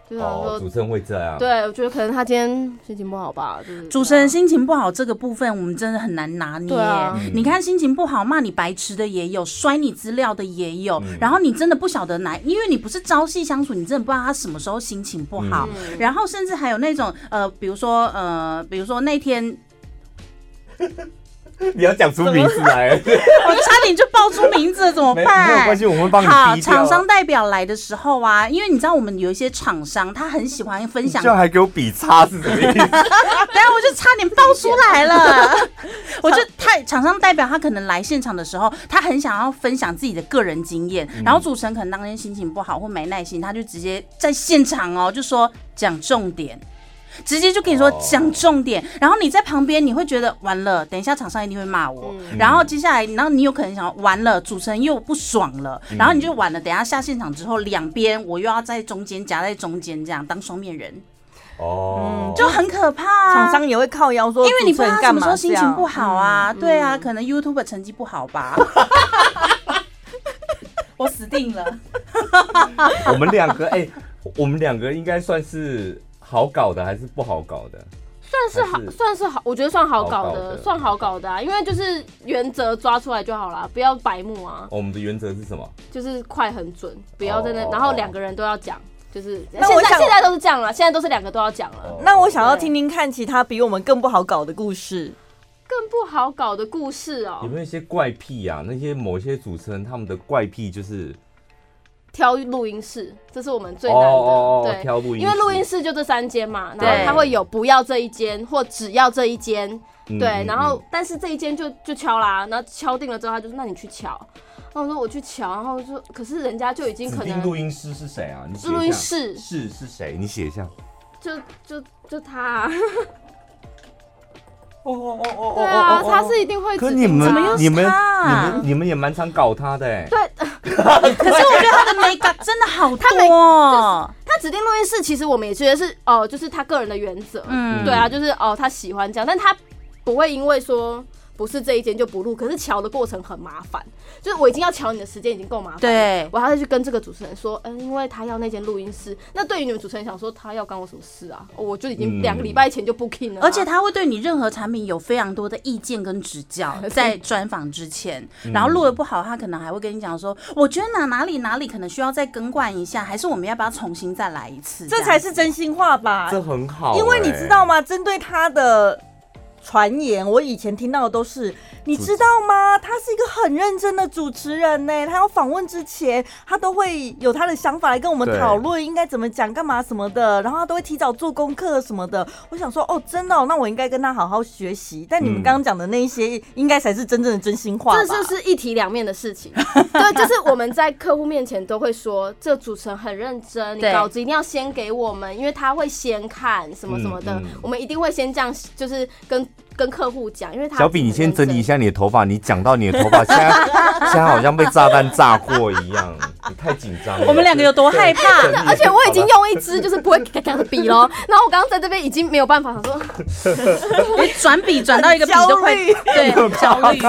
D: 就想说，
A: 哦，主持人会这样。
D: 啊对我觉得可能他今天心情不好吧，就是啊
C: 主持人心情不好这个部分，我们真的很难拿捏。
D: 对啊
C: 你看心情不好，骂你白痴的也有，摔你资料的也有，
A: 嗯
C: 然后你真的不晓得哪，因为你不是朝夕相处，你真的不知道他什么时候心情不好。
D: 嗯
C: 然后甚至还有那种呃，比如说呃，比如说那天
A: 你要讲出名字 来，
C: 我差点就报出名字了，怎么
A: 没没有
C: 办？
A: 关系，我们会帮你啊
C: 好，
A: 逼掉
C: 厂商代表来的时候啊，因为你知道我们有一些厂商，他很喜欢分享
A: 这样还给我比叉是什么意 思？
C: 然后我就差点爆出来了。我就他厂商代表他可能来现场的时候，他很想要分享自己的个人经验，然后主持人可能当天心情不好或没耐心，他就直接在现场哦就说讲重点。直接就跟你说
A: 哦
C: 讲重点，然后你在旁边你会觉得完了，等一下厂商一定会骂我，
D: 嗯
C: 然后接下来，然后你有可能想完了，主持人又不爽了，然后你就完了，等一下下现场之后，两边我又要在中间夹在中间这样当双面人，
D: 嗯
A: 哦，
C: 就很可怕、啊。
B: 厂商也会靠腰说，
C: 因为你不知道他什
B: 干
C: 么时
B: 嘛
C: 候心情不
B: 好，
C: 好啊，对啊，可能 YouTube 成绩不好吧。 我死定了，
A: 我们两个哎、我们两个应该算是好搞的还是不好搞的？
D: 算是
A: 还
D: 好，
A: 是
D: 算是好，我觉得算好搞
A: 好搞
D: 的，
A: 的
D: 算好搞的啊，因为就是原则抓出来就好啦，不要白目啊，
A: 我们的原则是什么？
D: 就是快很准，不要在那，
A: 哦
D: 然后两个人都要讲，就是现
B: 那我
D: 在
B: 想
D: 现在都是这样了，现在都是两个都要讲了。
B: 那我想要听听看其他比我们更不好搞的故事。
D: 更不好搞的故事哦、
A: 有没有一些怪癖啊？那些某些主持人他们的怪癖就是
D: 挑录音室，这是我们最
A: 哦
D: 难的。
A: 哦哦
D: 对，
A: 挑录音室
D: 因为录音室就这三间嘛，
A: 对
D: 然后它会有不要这一间或只要这一间，
A: 嗯
D: 对，
A: 嗯
D: 然后但是这一间就就敲啦，然后敲定了之后，他就说那你去敲，然后我说我去敲，然后我说可是人家就已经
A: 指
D: 可
A: 定录
D: 能
A: 音师是谁啊？你写一
D: 是
A: 下
D: 录音室，
A: 是是谁？你写一下。
D: 就就就他啊、
A: 哦哦哦哦
D: 对啊，他是一定会
A: 可
D: 指
A: 你
D: 定
A: 们
D: 的啊。
A: 你们
C: 怎么又是他
A: 你们你们也蛮常搞他的哎、
D: 对，
C: 可是我觉得他的美感真的好多哦，
D: 他指定录音室，其实我们也觉得是哦、就是他个人的原则，
C: 嗯
D: 对啊，就是哦，他喜欢这样，但他不会因为说不是这一间就不录。可是瞧的过程很麻烦，就是我已经要瞧你的时间已经够麻烦，，
C: 对，啊
D: 我还要再去跟这个主持人说，嗯，因为他要那间录音室。那对于你们主持人想说，他要干我什么事啊？哦我就已经
A: 嗯
D: 两个礼拜前就 booking 了啊、
C: 而且他会对你任何产品有非常多的意见跟指教， 在专访之前，然后录的不好，他可能还会跟你讲说，我觉得哪哪里哪里可能需要再更换一下，还是我们要不要重新再来一次？
B: 这
C: 样
B: 才是真心话
D: 啊
B: 吧？
A: 这很好、哎欸
B: 因为你知道
A: 吗？
B: 吗？针对他的传言，我以前听到的都是，你知道吗？他是一个很认真的主持人呢、他要访问之前，他都会有他的想法来跟我们
A: 对
B: 讨论应该怎么讲、干嘛什么的，然后他都会提早做功课什么的。我想说，哦，真的哦、那我应该跟他好好学习。但你们
A: 嗯
B: 刚刚讲的那一些，应该才是真正的真心话吧。
D: 这就是一体两面的 事情，对，就是我们在客户面前都会说，这主持人很认真，你
C: 对
D: 稿子一定要先给我们，因为他会先看什么什么的，
A: 嗯嗯
D: 我们一定会先这样，就是跟跟客户讲，因为他
A: 小比，你先整理一
D: 下。
A: 下你的头发。你讲到你的头发，现在 现在好像被炸弹炸过一样，你太紧张了。
C: 我们两个有多害怕
A: 整理一下
D: 而且我已经
A: 好吧
D: 用一支就是不会嘎嘎的笔 咯，然后我刚刚在这边已经没有办法，想说
C: 你转笔转到一个笔都快
B: 焦虑
C: 对焦虑。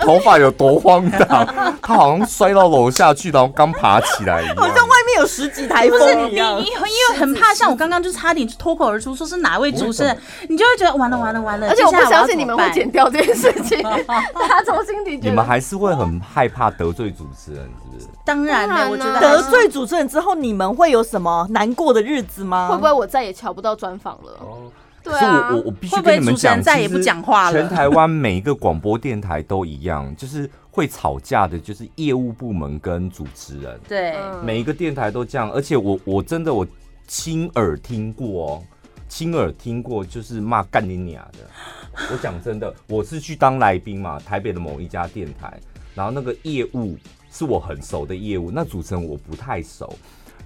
A: 头发有多荒唐，他好像摔到楼下去，然后刚爬起来一样。
B: 好像外面有十几台
C: 不是
B: 风
C: 你，
B: 一
C: 你
B: 样。
C: 因为很怕，像我刚刚就差点脱口而出说是哪位主持人，你就会觉得完了完了完了。
D: 而且我
C: 接
D: 不
C: 下来要
D: 相信你们会
C: 怎
D: 剪
C: 么
D: 掉这件事 情，大家从心底
A: 你
D: 觉
A: 们
D: 得。
A: 还是会很害怕得罪主持人，是不是？
C: 办。当然
D: 当
C: 了，
D: 然啊
C: 我觉得
B: 得罪主持人之后，你们会有什么难过的日子吗？
D: 会不会我再也瞧不到专访了？
A: 哦，
D: 对
A: 所以
D: 啊
A: 我我，我必须
C: 会不会
A: 跟你们
C: 主持人
A: 讲，
C: 再
A: 其
C: 也不
A: 实
C: 讲话了
A: 全台湾每一个广播电台都一样，就是会吵架的，就是业务部门跟主持人。
C: 对，。
D: 嗯
A: 每一个电台都这样，而且我我真的我亲耳听过哦，亲耳听过就是骂干你娘的。我讲真的，我是去当来宾嘛，台北的某一家电台，然后那个业务是我很熟的业务，那主持人我不太熟。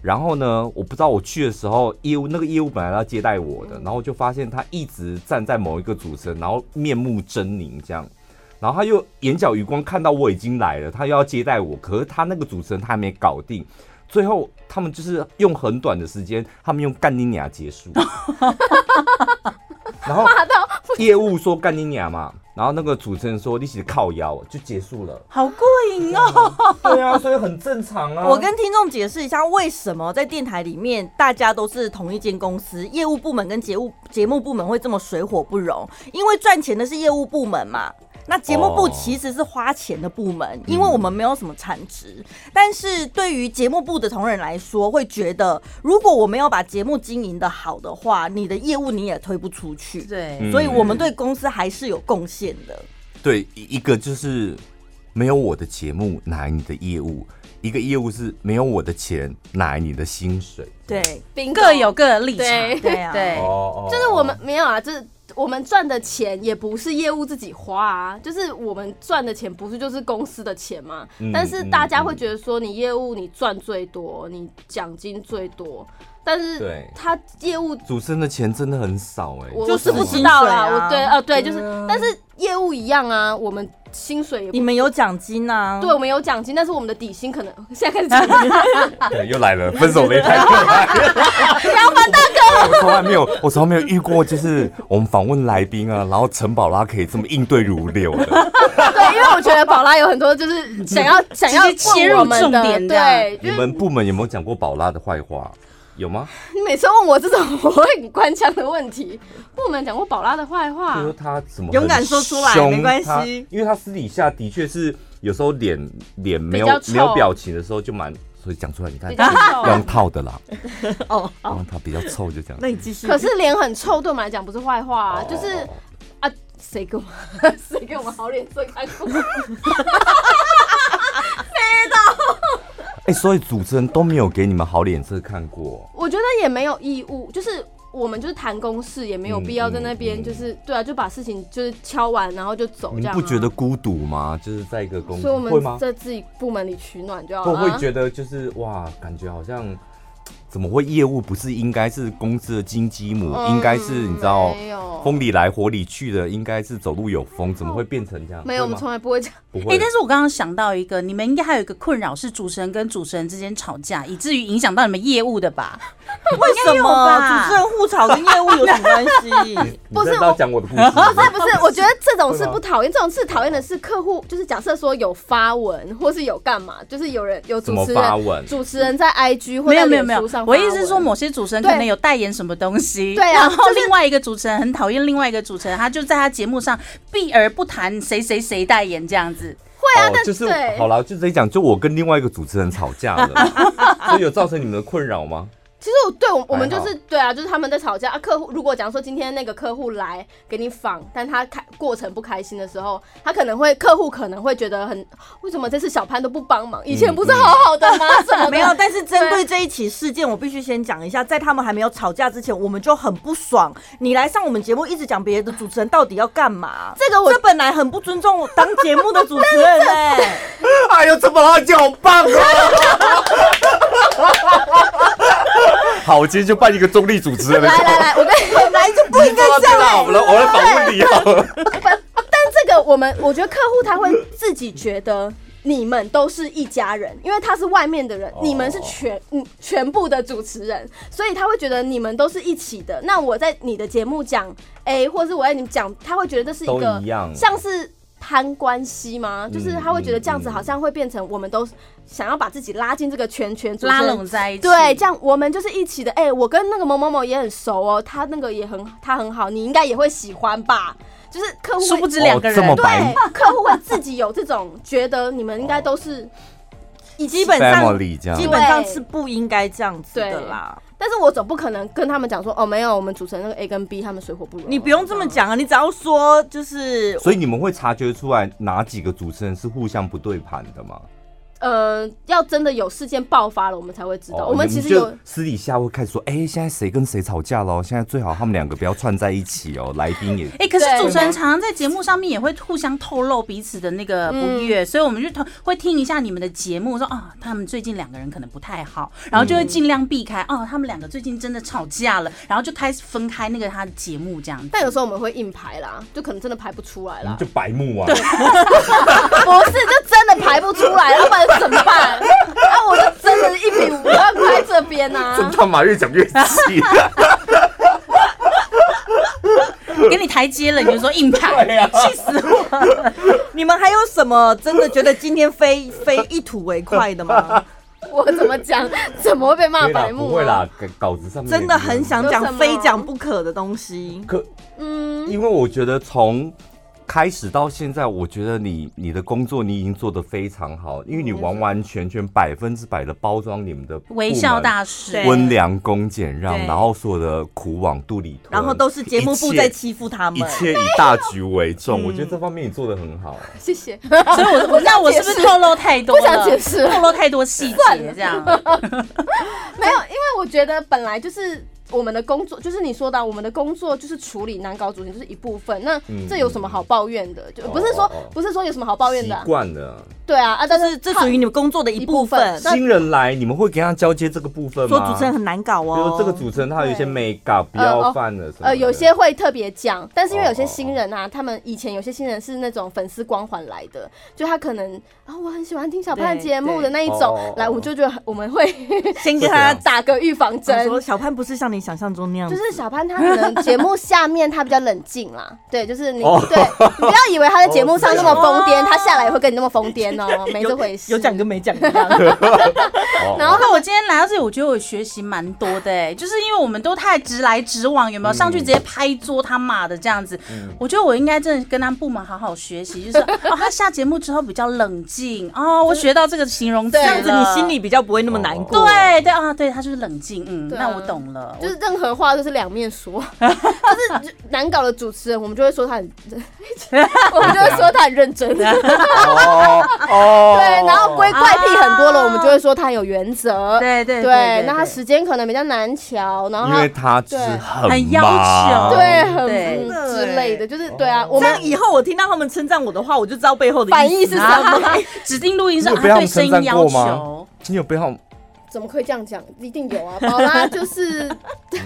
A: 然后呢，我不知道我去的时候，业务那个业务本来要接待我的，然后我就发现他一直站在某一个主持人，然后面目狰狞这样。然后他又眼角余光看到我已经来了，他又要接待我，可是他那个主持人他还没搞定，最后他们就是用很短的时间，他们用干你娘结 束，然后
D: 骂到
A: 业务说干你娘嘛，然后那个主持人说你是靠腰就结束了
C: 好过瘾哦！
A: 对啊，所以很正常啊。
B: 我跟听众解释一下，为什么在电台里面大家都是同一间公司，业务部门跟节目节目部门会这么水火不容？因为赚钱的是业务部门嘛。那节目部
A: 哦
B: 其实是花钱的部门，因为我们没有什么产值。但是对于节目部的同仁来说，会觉得如果我没有把节目经营的好的话，你的业务你也推不出去。
C: 对
A: 嗯
B: 所以我们对公司还是有贡献的。
A: 对一一个就是没有我的节目哪来你的业务，一个业务是没有我的钱哪来你的薪水。
B: 对，
D: bingo
C: 各有各的立场，
D: 对
B: 对啊
C: 对
A: 哦
D: 就是我们没有啊，就是我们赚的钱也不是业务自己花啊，就是我们赚的钱不是就是公司的钱嘛。
A: 嗯
D: 但是大家会觉得说，你业务你赚最多，你奖金最多，但是
A: 对
D: 他业务
A: 主持人的钱真的很少哎、
D: 我
B: 就
D: 我
B: 是
D: 是
B: 不
D: 不
B: 薪
D: 知
B: 水啊
D: 道啦，我对呃对，就是
B: 对啊，
D: 但是业务一样啊，我们薪水也
B: 你们有奖金啊？
D: 对我们有奖金，但是我们的底薪可能现在开始讲底薪
A: 对， 又来了，分手擂台又来了。大哥，我从来没有，我从来没有遇过，就是我们访问来宾啊，然后陈宝拉可以这么应对如流的。
D: 对，因为我觉得宝拉有很多就是想要想要
C: 直接切入
D: 问我们
C: 重
D: 的
C: 点这样
D: 对，
A: 你
D: 就是
A: 们部门有没有讲过宝拉的坏话？有吗？
D: 你每次问我这种我会很官腔的问题，部门讲过宝拉的坏
A: 就
D: 话
A: 是，说他怎么
B: 勇敢说出来
A: 很凶
B: 没关系
A: 他因为他私底下的确是有时候脸脸没有
D: 比较臭
A: 没有表情的时候就蛮，所以讲出来你看
D: 比较臭
A: 用套的啦，
B: 哦，
A: 用套比较臭就这样
B: 那。你继续。
D: 可是脸很臭，对我们来讲不是坏话啊，就是
A: 哦
D: 啊，谁给我 们谁给我们好脸色看过？
A: 哎、所以主持人都没有给你们好脸色看过。
D: 我觉得也没有义务，就是我们就是谈公事，也没有必要在那边
A: 嗯嗯
D: 就是对啊，就把事情就是敲完然后就走这
A: 你
D: 样、啊。
A: 不觉得？孤独吗？就是在一个公司
D: 所以我
A: 会吗
D: 们？在自己部门里取暖就好
A: 会
D: 了、
A: 会
D: 啊。
A: 觉得就是哇，感觉好像怎么会业务不是应该是公司的金鸡母，
D: 嗯
A: 应该是你知道
D: 没有
A: 风里来火里去的，应该是走路有风，怎么会变成这样？
D: 没有，我
A: 会吗
D: 们从来不会这样。
A: 不
C: 哎、
A: 会。
C: 但是我刚刚想到一个，你们应该还有一个困扰是主持人跟主持人之间吵架，以至于影响到你们业务的 吧？
B: 为什
C: 应该有
B: 么啊
C: 吧
B: 主持人互吵跟业务有什么关系？
A: 你
D: 不是
A: 真的要
D: 我
A: 讲我的故 事吗，
D: 不是， 我觉得这种事
A: 会吗
D: 不讨厌，这种事讨厌的是客户，就是假设说有发文，或是有干嘛，就是有人有
A: 怎
D: 主
A: 么
D: 持
A: 发
D: 人，
A: 文？
D: 主持人在 IG 或
C: 没
D: 者
C: 有没有没有
D: 脸书上，发
C: 我
D: 文
C: 意思是说，某些主持人
D: 对
C: 可能有代言什么东西，
D: 对啊
C: 然后
D: 就是
C: 另外一个主持人很讨厌另外一个主持人，他就在他节目上避而不谈谁谁谁代言这样子。
D: 会啊，
A: 哦
D: 但
A: 就是
D: 对
A: 好了，就直接讲，就我跟另外一个主持人吵架了， 所以有造成你们的困扰吗？
D: 其实我对我我们就
A: 还
D: 是对啊，就是他们在吵架啊。客户如果讲说今天那个客户来给你访，但他开过程不开心的时候，他可能会客户可能会觉得很为什么这次小潘都不帮忙，以前
A: 嗯
D: 不是好好的吗？什么的
B: 没有，但是针对这一起事件，我必须先讲一下，在他们还没有吵架之前，我们就很不爽。你来上我们节目，一直讲别的主持人到底要干嘛？
D: 这个 我
B: 这本来很不尊重我当节目的主持人哎、
A: 哎呦，这么辣椒好棒哦！ 好，我今天就扮一个中立主持人的
D: 来
A: 角色。
D: 来来，我跟你
B: 本来就不应该这样、
A: 好了，我来访问你哦好了。
D: 但这个我们，我觉得客户他会自己觉得你们都是一家人，因为他是外面的
A: 哦
D: 人，你们是全嗯全部的主持人，所以他会觉得你们都是一起的。那我在你的节目讲 A，或是我在你们讲，他会觉得这是一个
A: 都一样嗯
D: 像是。攀关系吗？就是他会觉得这样子好像会变成我们都想要把自己拉进这个圈圈，主持
C: 拉
D: 人
C: 拢在一起。
D: 对，这样我们就是一起的。哎、我跟那个某某某也很熟哦，他那个也很他很好，你应该也会喜欢吧？就是客户
C: 殊
D: 会
C: 不知两个
A: 哦这
C: 人、
A: 么白
D: 对，客户会自己有这种觉得你们应该都是
A: 哦
D: 一
B: 基
D: 起。
B: 本上
A: Family 这样
B: 基本上是不应该这样子的啦。
D: 但是我总不可能跟他们讲说，哦，没有，我们组成那个 A 跟 B，他们水火不容。
B: 你不用这么讲啊，你只要说就是
A: 所以你们会察觉出来哪几个主持人是互相不对盘的吗？
D: 呃，要真的有事件爆发了，我们才会知道。我们其实
A: 哦你
D: 有
A: 就私底下会开始说，哎、现在谁跟谁吵架喽？现在最好他们两个不要串在一起哦。来宾 也
C: 哎、可是
D: 对
C: 主持人常常在节目上面也会互相透露彼此的那个不悦，所以我们就同会听一下你们的节目，说啊，他们最近两个人可能不太好，然后就会尽量避开。哦、他们两个最近真的吵架了，然后就开始分开那个他的节目这样 子。
D: 但有时候我们会硬排啦，就可能真的排不出来啦。
A: 就白 目啊。
D: 不是，就真的排不出来，要不然怎么办？啊，我就真的一比五万块这边啊
A: 这。他妈越讲越气、啊
C: 给你台阶了，你就说硬派，气死我了！
B: 你们还有什么真的觉得今天非非一吐为快的吗？
D: 我怎么讲？怎么会被骂
A: 没啦
D: 白目、啊？
A: 不会啦，稿稿子上面啊
B: 真的很想
D: 有什
B: 讲
D: 么
B: 非讲不可的东西。
A: 可，
D: 嗯，
A: 因为我觉得从开始到现在，我觉得你你的工作你已经做得非常好，因为你完完全全百分之百的包装你们的部门
C: 微笑大师，
B: 对
A: 温良恭俭让，
C: 对
A: 然后所有的苦往肚里吞，
B: 然后都是节目部在
A: 一切
B: 欺负他
A: 一
B: 们，
A: 切以大局为重，
B: 嗯
A: 我觉得这方面你做得很好。
D: 谢谢。
C: 所以我我那我是不是透露太多了？
D: 不想解释
C: 透露太多细节这样。
D: 没有，因为我觉得本来就是我们的工作，就是你说的啊，我们的工作就是处理难搞主题，就是一部分。那
A: 嗯
D: 这有什么好抱怨的？就
A: 哦
D: 不是说
A: 哦哦
D: 不是说有什么好抱怨
A: 习
D: 的啊，
A: 惯了，
D: 对啊啊，但
B: 但是这属于你们工作的一部
D: 一部
B: 分
D: 分。那
A: 新人来你们会给他交接这个部分
B: 说
A: 吗？
B: 主持人很难搞
A: 比如
B: 哦
A: 说，这个主持人他有一些
D: 对
A: make up 不要犯了什么的
D: 呃，有些会特别讲，但是因为有些新人啊，他们以前有些新人是那种粉丝光环来的，就他可能啊，我很喜欢听小潘的
B: 对
D: 节目的那一
A: 哦
D: 种
A: 哦哦，
D: 来，我们就觉得很我们会
B: 先跟他
D: 打个预防
B: 讲
D: 针。
B: 说，小潘不是像你想象中那样
D: 就
B: 子，
D: 是小潘他可能节目下面他比较冷静啦， 对，就是你、
A: 哦
D: 对，你不要以为他在节目上那么疯癫，
C: 哦
D: 他下来也会跟你那么疯癫哦，没这回事。
B: 有讲跟没讲一样。
A: 哦
D: 然后
C: 那我今天来到这里，我觉得我学习蛮多的、欸，就是因为我们都太直来直往，有
A: 嗯
C: 没有？上去直接拍桌他妈的这样子，我觉得我应该真的跟他部门好好学习，就是哦，他下节目之后比较冷静哦，我学到这个形容词
D: 对
B: 这
C: 了，
B: 样子你心里比较不会那么难过。
C: 对对啊，对，他就是冷静，嗯，
D: 对啊
C: 那我懂了，
D: 就
C: 我
D: 是任何话都是两 面说，就是难搞的主持人，我们就会说他很， 我们就会说他很认 真，对，
A: 哦 哦，
D: 然后归怪癖很多了，我们就会说他很有原则，
C: 对对
D: 对，那他时间可能比较难瞧，然后
A: 因
D: 他
A: 为他就是
D: 对
A: 很
C: 很要求
A: 忙
D: 对很
C: 对
D: 嗯之类的，就是对啊，我
B: 这
D: 们
B: 样以后我听到他们称赞我的话，我就知道背后的
D: 反义是
B: 啊
D: 什么？
C: 指定录音上
A: 你有被
C: 他
A: 他
C: 啊对
A: 们
C: 声
A: 称
C: 音
A: 赞
C: 要
A: 过吗
C: 求，
A: 你有被 他们
D: 怎么可以这样讲？一定有啊，宝拉就是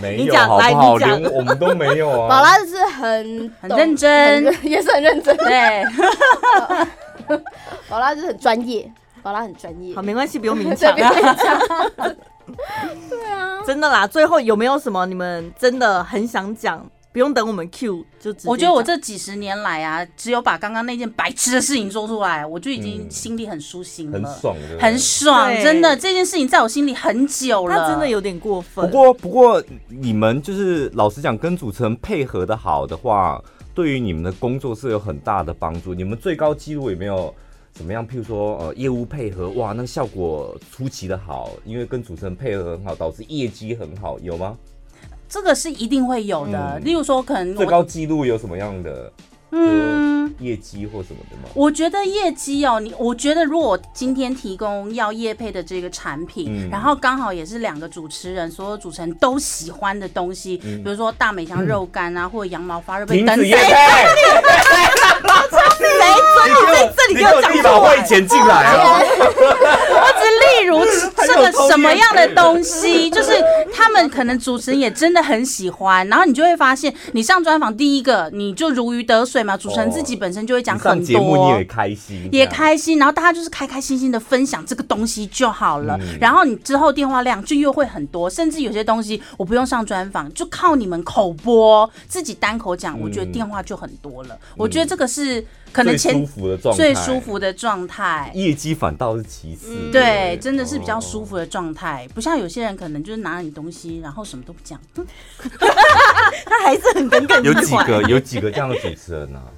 A: 没
B: 你
A: 有
B: 讲
A: 好
B: 来
A: 不
B: 你
A: 好？
B: 讲
A: 连我们都没有
D: 宝
A: 啊。
D: 拉就是很
C: 很
D: 懂
C: 认真
D: 很认 也是很认真。
C: 对，
D: 宝拉就是很专业，宝拉很专业
B: 好，。没关系，不用勉
D: 对
B: 强啊
D: 不。用勉强
B: 真的啦，最后有没有什么你们真的很想讲？不用等我们 Q 就直接讲。
C: 我觉得我这几十年来啊，只有把刚刚那件白痴的事情做出来，我就已经
A: 嗯
C: 心里很舒心了，
A: 很爽的，
C: 很爽，
B: 对
C: 真的这件事情在我心里很久了，
B: 他真的有点过分。
A: 不过不过，你们就是老实讲，跟主持人配合的好的话，对于你们的工作是有很大的帮助。你们最高纪录有没有怎么样？譬如说，呃，业务配合，哇，那个效果出奇的好，因为跟主持人配合很好，导致业绩很好，有吗？
C: 这个是一定会有的。
A: 嗯
C: 例如说，可能
A: 最
C: 我
A: 高纪录有什么样的
C: 嗯。
A: 业绩或什么的吗？
C: 我觉得业绩哦，你我觉得如果我今天提供要业配的这个产品，
A: 嗯
C: 然后刚好也是两个主持人，所有主持人都喜欢的东西，比如说大美香肉干啊，或者羊毛发热
A: 嗯
C: 被
A: 停
C: 等
A: 止
C: 等
A: 业， 配，
B: 谁准你在
A: 你
B: 这里给
A: 给我
B: 我讲
A: 立
B: 出
A: 马
B: 来？
A: 会剪进来哦。
C: 是 例如这个什么样的东西，就是他们可能主持人也真的很喜欢，然后你就会发现，你上专访第一个你就如鱼得水嘛，主持人自己本身就会
A: 哦
C: 讲
A: 你上
C: 很
A: 节目
C: 多，哦
A: 你也开心，
C: 也
A: 这样。
C: 开心，然后大家就是开开心心的分享这个东西就好了。
A: 嗯
C: 然后你之后电话量就又会很多，甚至有些东西我不用上专访，就靠你们口播自己单口讲，我觉
A: 嗯
C: 得电话就很多了。我觉得这个是可能
A: 最
C: 前
A: 舒服的状态，
C: 最舒，服的状态。
A: 业绩反倒是其次。不
C: 对，真的是比较舒。
A: 哦
C: 服的状态，不像有些人可能就是拿了你东西，然后什么都不讲。
B: 他还是很耿耿于
A: 有
B: 怀。
A: 几个有几个这样的主持人呢、啊？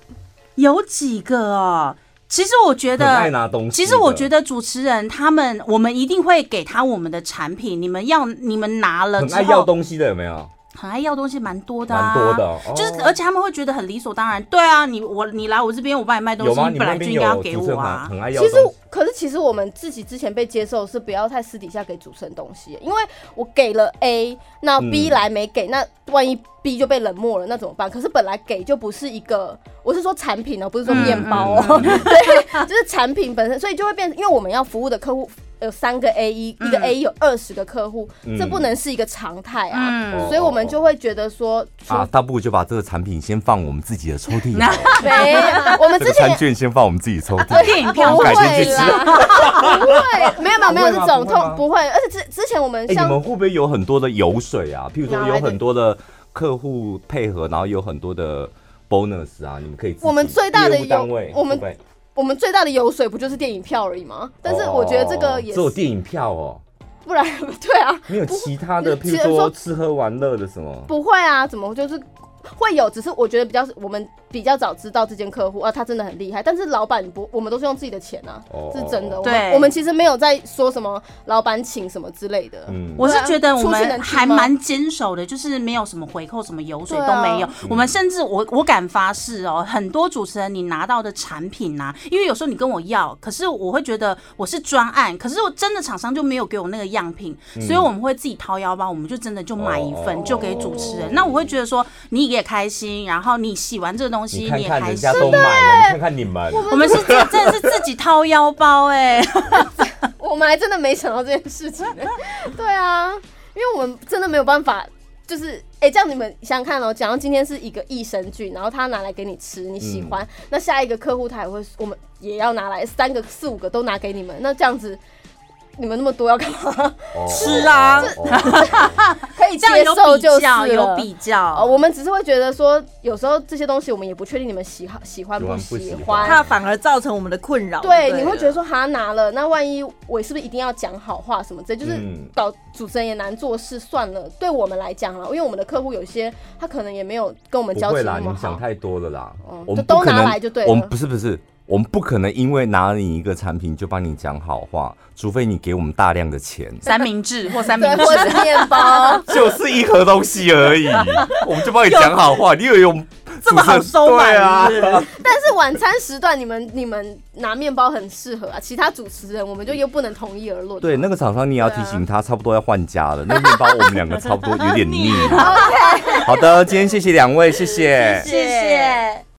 C: 有几个哦，其实我觉
A: 很爱
C: 得
A: 拿东西的。
C: 其实我觉
A: 得
C: 得主持人他们，我们一定会给他我们的产品。你们要，你们拿了
A: 很
C: 之
A: 爱要
C: 后，
A: 东西的有没有？
C: 很爱要东西，蛮多的、啊，
A: 蛮多的。哦、
C: 就是，而且他们会觉得很理所当然。对啊，你我你来我这边，我帮你卖东
A: 有
C: 西，
A: 吗？
C: 你
A: 你
C: 本
A: 们那
C: 来就
A: 边
C: 应
A: 有
C: 该要
A: 主
C: 给
A: 持
C: 我
A: 人很
C: 啊。
A: 很爱要
D: 其
A: 东西。
D: 实，可是其实我们自己之前被接受是不要太私底下给主持人东西，因为我给了 A，那 B
A: 嗯
D: 来没给，那万一 B 就被冷漠了，那怎么办？可是本来给就不是一个，我是说产
A: 嗯
D: 品哦、不是说面包哦、对，就是产品本身，所以就会变成，因为我们要服务的客户有三个 A 一、一个 A 有二十个客户，
A: 嗯哦
D: 这不能是一个常态啊。
C: 嗯，
D: 所以我们就会觉得说，除
A: 啊，大不如就把这个产品先放我们自己的抽屉里，
D: 非 我们
A: 这个
D: 之前
A: 餐券先放我们自己抽屉。
C: 电影票
D: 不
A: 改
D: 会
A: 天去吃
D: 啦，不会，没有没有没有
A: 不会吗
D: 这种
A: 不会吗
D: 痛，不会。而且之之前我们
A: 哎、
D: 像
A: 你们会不会有很多的油水啊？譬如说
D: 哪来
A: 有
D: 的
A: 很多的客户配合，然后有很多的 bonus 啊，你们可以自己
D: 我们最大的
A: 业务单
D: 有
A: 位，
D: 我们
A: 对不对
D: 我们最大的油水不就是电影票而已吗？但是我觉得这个也
A: 哦只有
D: 是，
A: 电影票哦，
D: 不然 对啊，
A: 没有其他的，譬
D: 不
A: 如
D: 只能
A: 说
D: 说
A: 吃喝玩乐的什么。
D: 不会啊，怎么就是会有？只是我觉得比较我们比较早知道这间客户啊，他真的很厉害。但是老板不，我们都是用自己的钱啊，
A: 哦
D: 是真的。我
C: 对
D: 们我们其实没有在说什么老板请什么之类啊的。
A: 嗯，
C: 我是觉得我
D: 出去能
C: 们
D: 吃
C: 还
D: 吗
C: 蛮坚守的，就是没有什么回扣、什么油水
D: 对
C: 都
D: 啊
A: 嗯
C: 没有。我们甚至我我敢发誓哦，很多主持人你拿到的产品呐、因为有时候你跟我要，可是我会觉得我是专案，可是我真的厂商就没有给我那个样品，所以我们会自己掏腰包，我们就真的就买一份、
A: 嗯哦
C: 就给主持人。那我会觉得说你也开心，然后你洗完这个东西
A: 你
C: 你
A: 看
C: 也
A: 看
C: 开
A: 人
C: 心
A: 家。都买了，你看看你们，
C: 我们是自 真的是自己掏腰包 哎、
D: 我们还真的没想到这件 事情、呢。对啊，因为我们真的没有办法，就是哎、这样你们想想看哦，假如今天是一个益生菌，然后他拿来给你吃，你喜欢，
C: 嗯
D: 那下一个客户他也会，我们也要拿来三个、四五个都拿给你们，那这样子。你们那么多要干嘛？
A: 哦
B: 吃啊
A: 哦哦哦
D: 可以
C: 这样
D: 接
C: 有
D: 受就
C: 比
D: 是了
C: 较，有比较，
D: 哦，。我们只是会觉得说，有时候这些东西我们也不确定你们喜好、喜欢
A: 喜欢不
D: 喜
A: 喜欢
B: 怕反而造成我们的困扰。
D: 对，
B: 了
D: 你
A: 啊
D: 会觉得说哈拿了，那万一我是不是一定要讲好话什么之类？就是
A: 嗯
D: 搞主持人也难做事，算了。对我们来讲啦，因为我们的客户有些他可能也没有跟我们交
A: 不会
D: 情
A: 啦，
D: 那
A: 你
D: 么
A: 们想
D: 哦好，
A: 太多了啦
D: 嗯。
A: 我们
D: 就
A: 不
D: 都
A: 可能
D: 拿来就对了
A: 我们不是不是，我们不可能因为拿了你一个产品就帮你讲好话，除非你给我们大量的钱，
C: 三明治或三明
D: 对，
C: 治
D: 或者是面包
A: 就是一盒东西而 已，我们就帮你讲好话，你以为我们
B: 这么好收买
A: 对啊？
B: 是不是
D: 但是晚餐时段你们你们拿面包很适合啊，其他主持人我们就又不能同一而论。
A: 对，那个厂商你也要提醒他，差不多要换家了。那个面包我们两个差 不多有点腻。好的，今天谢谢两位，谢谢。
C: 谢谢。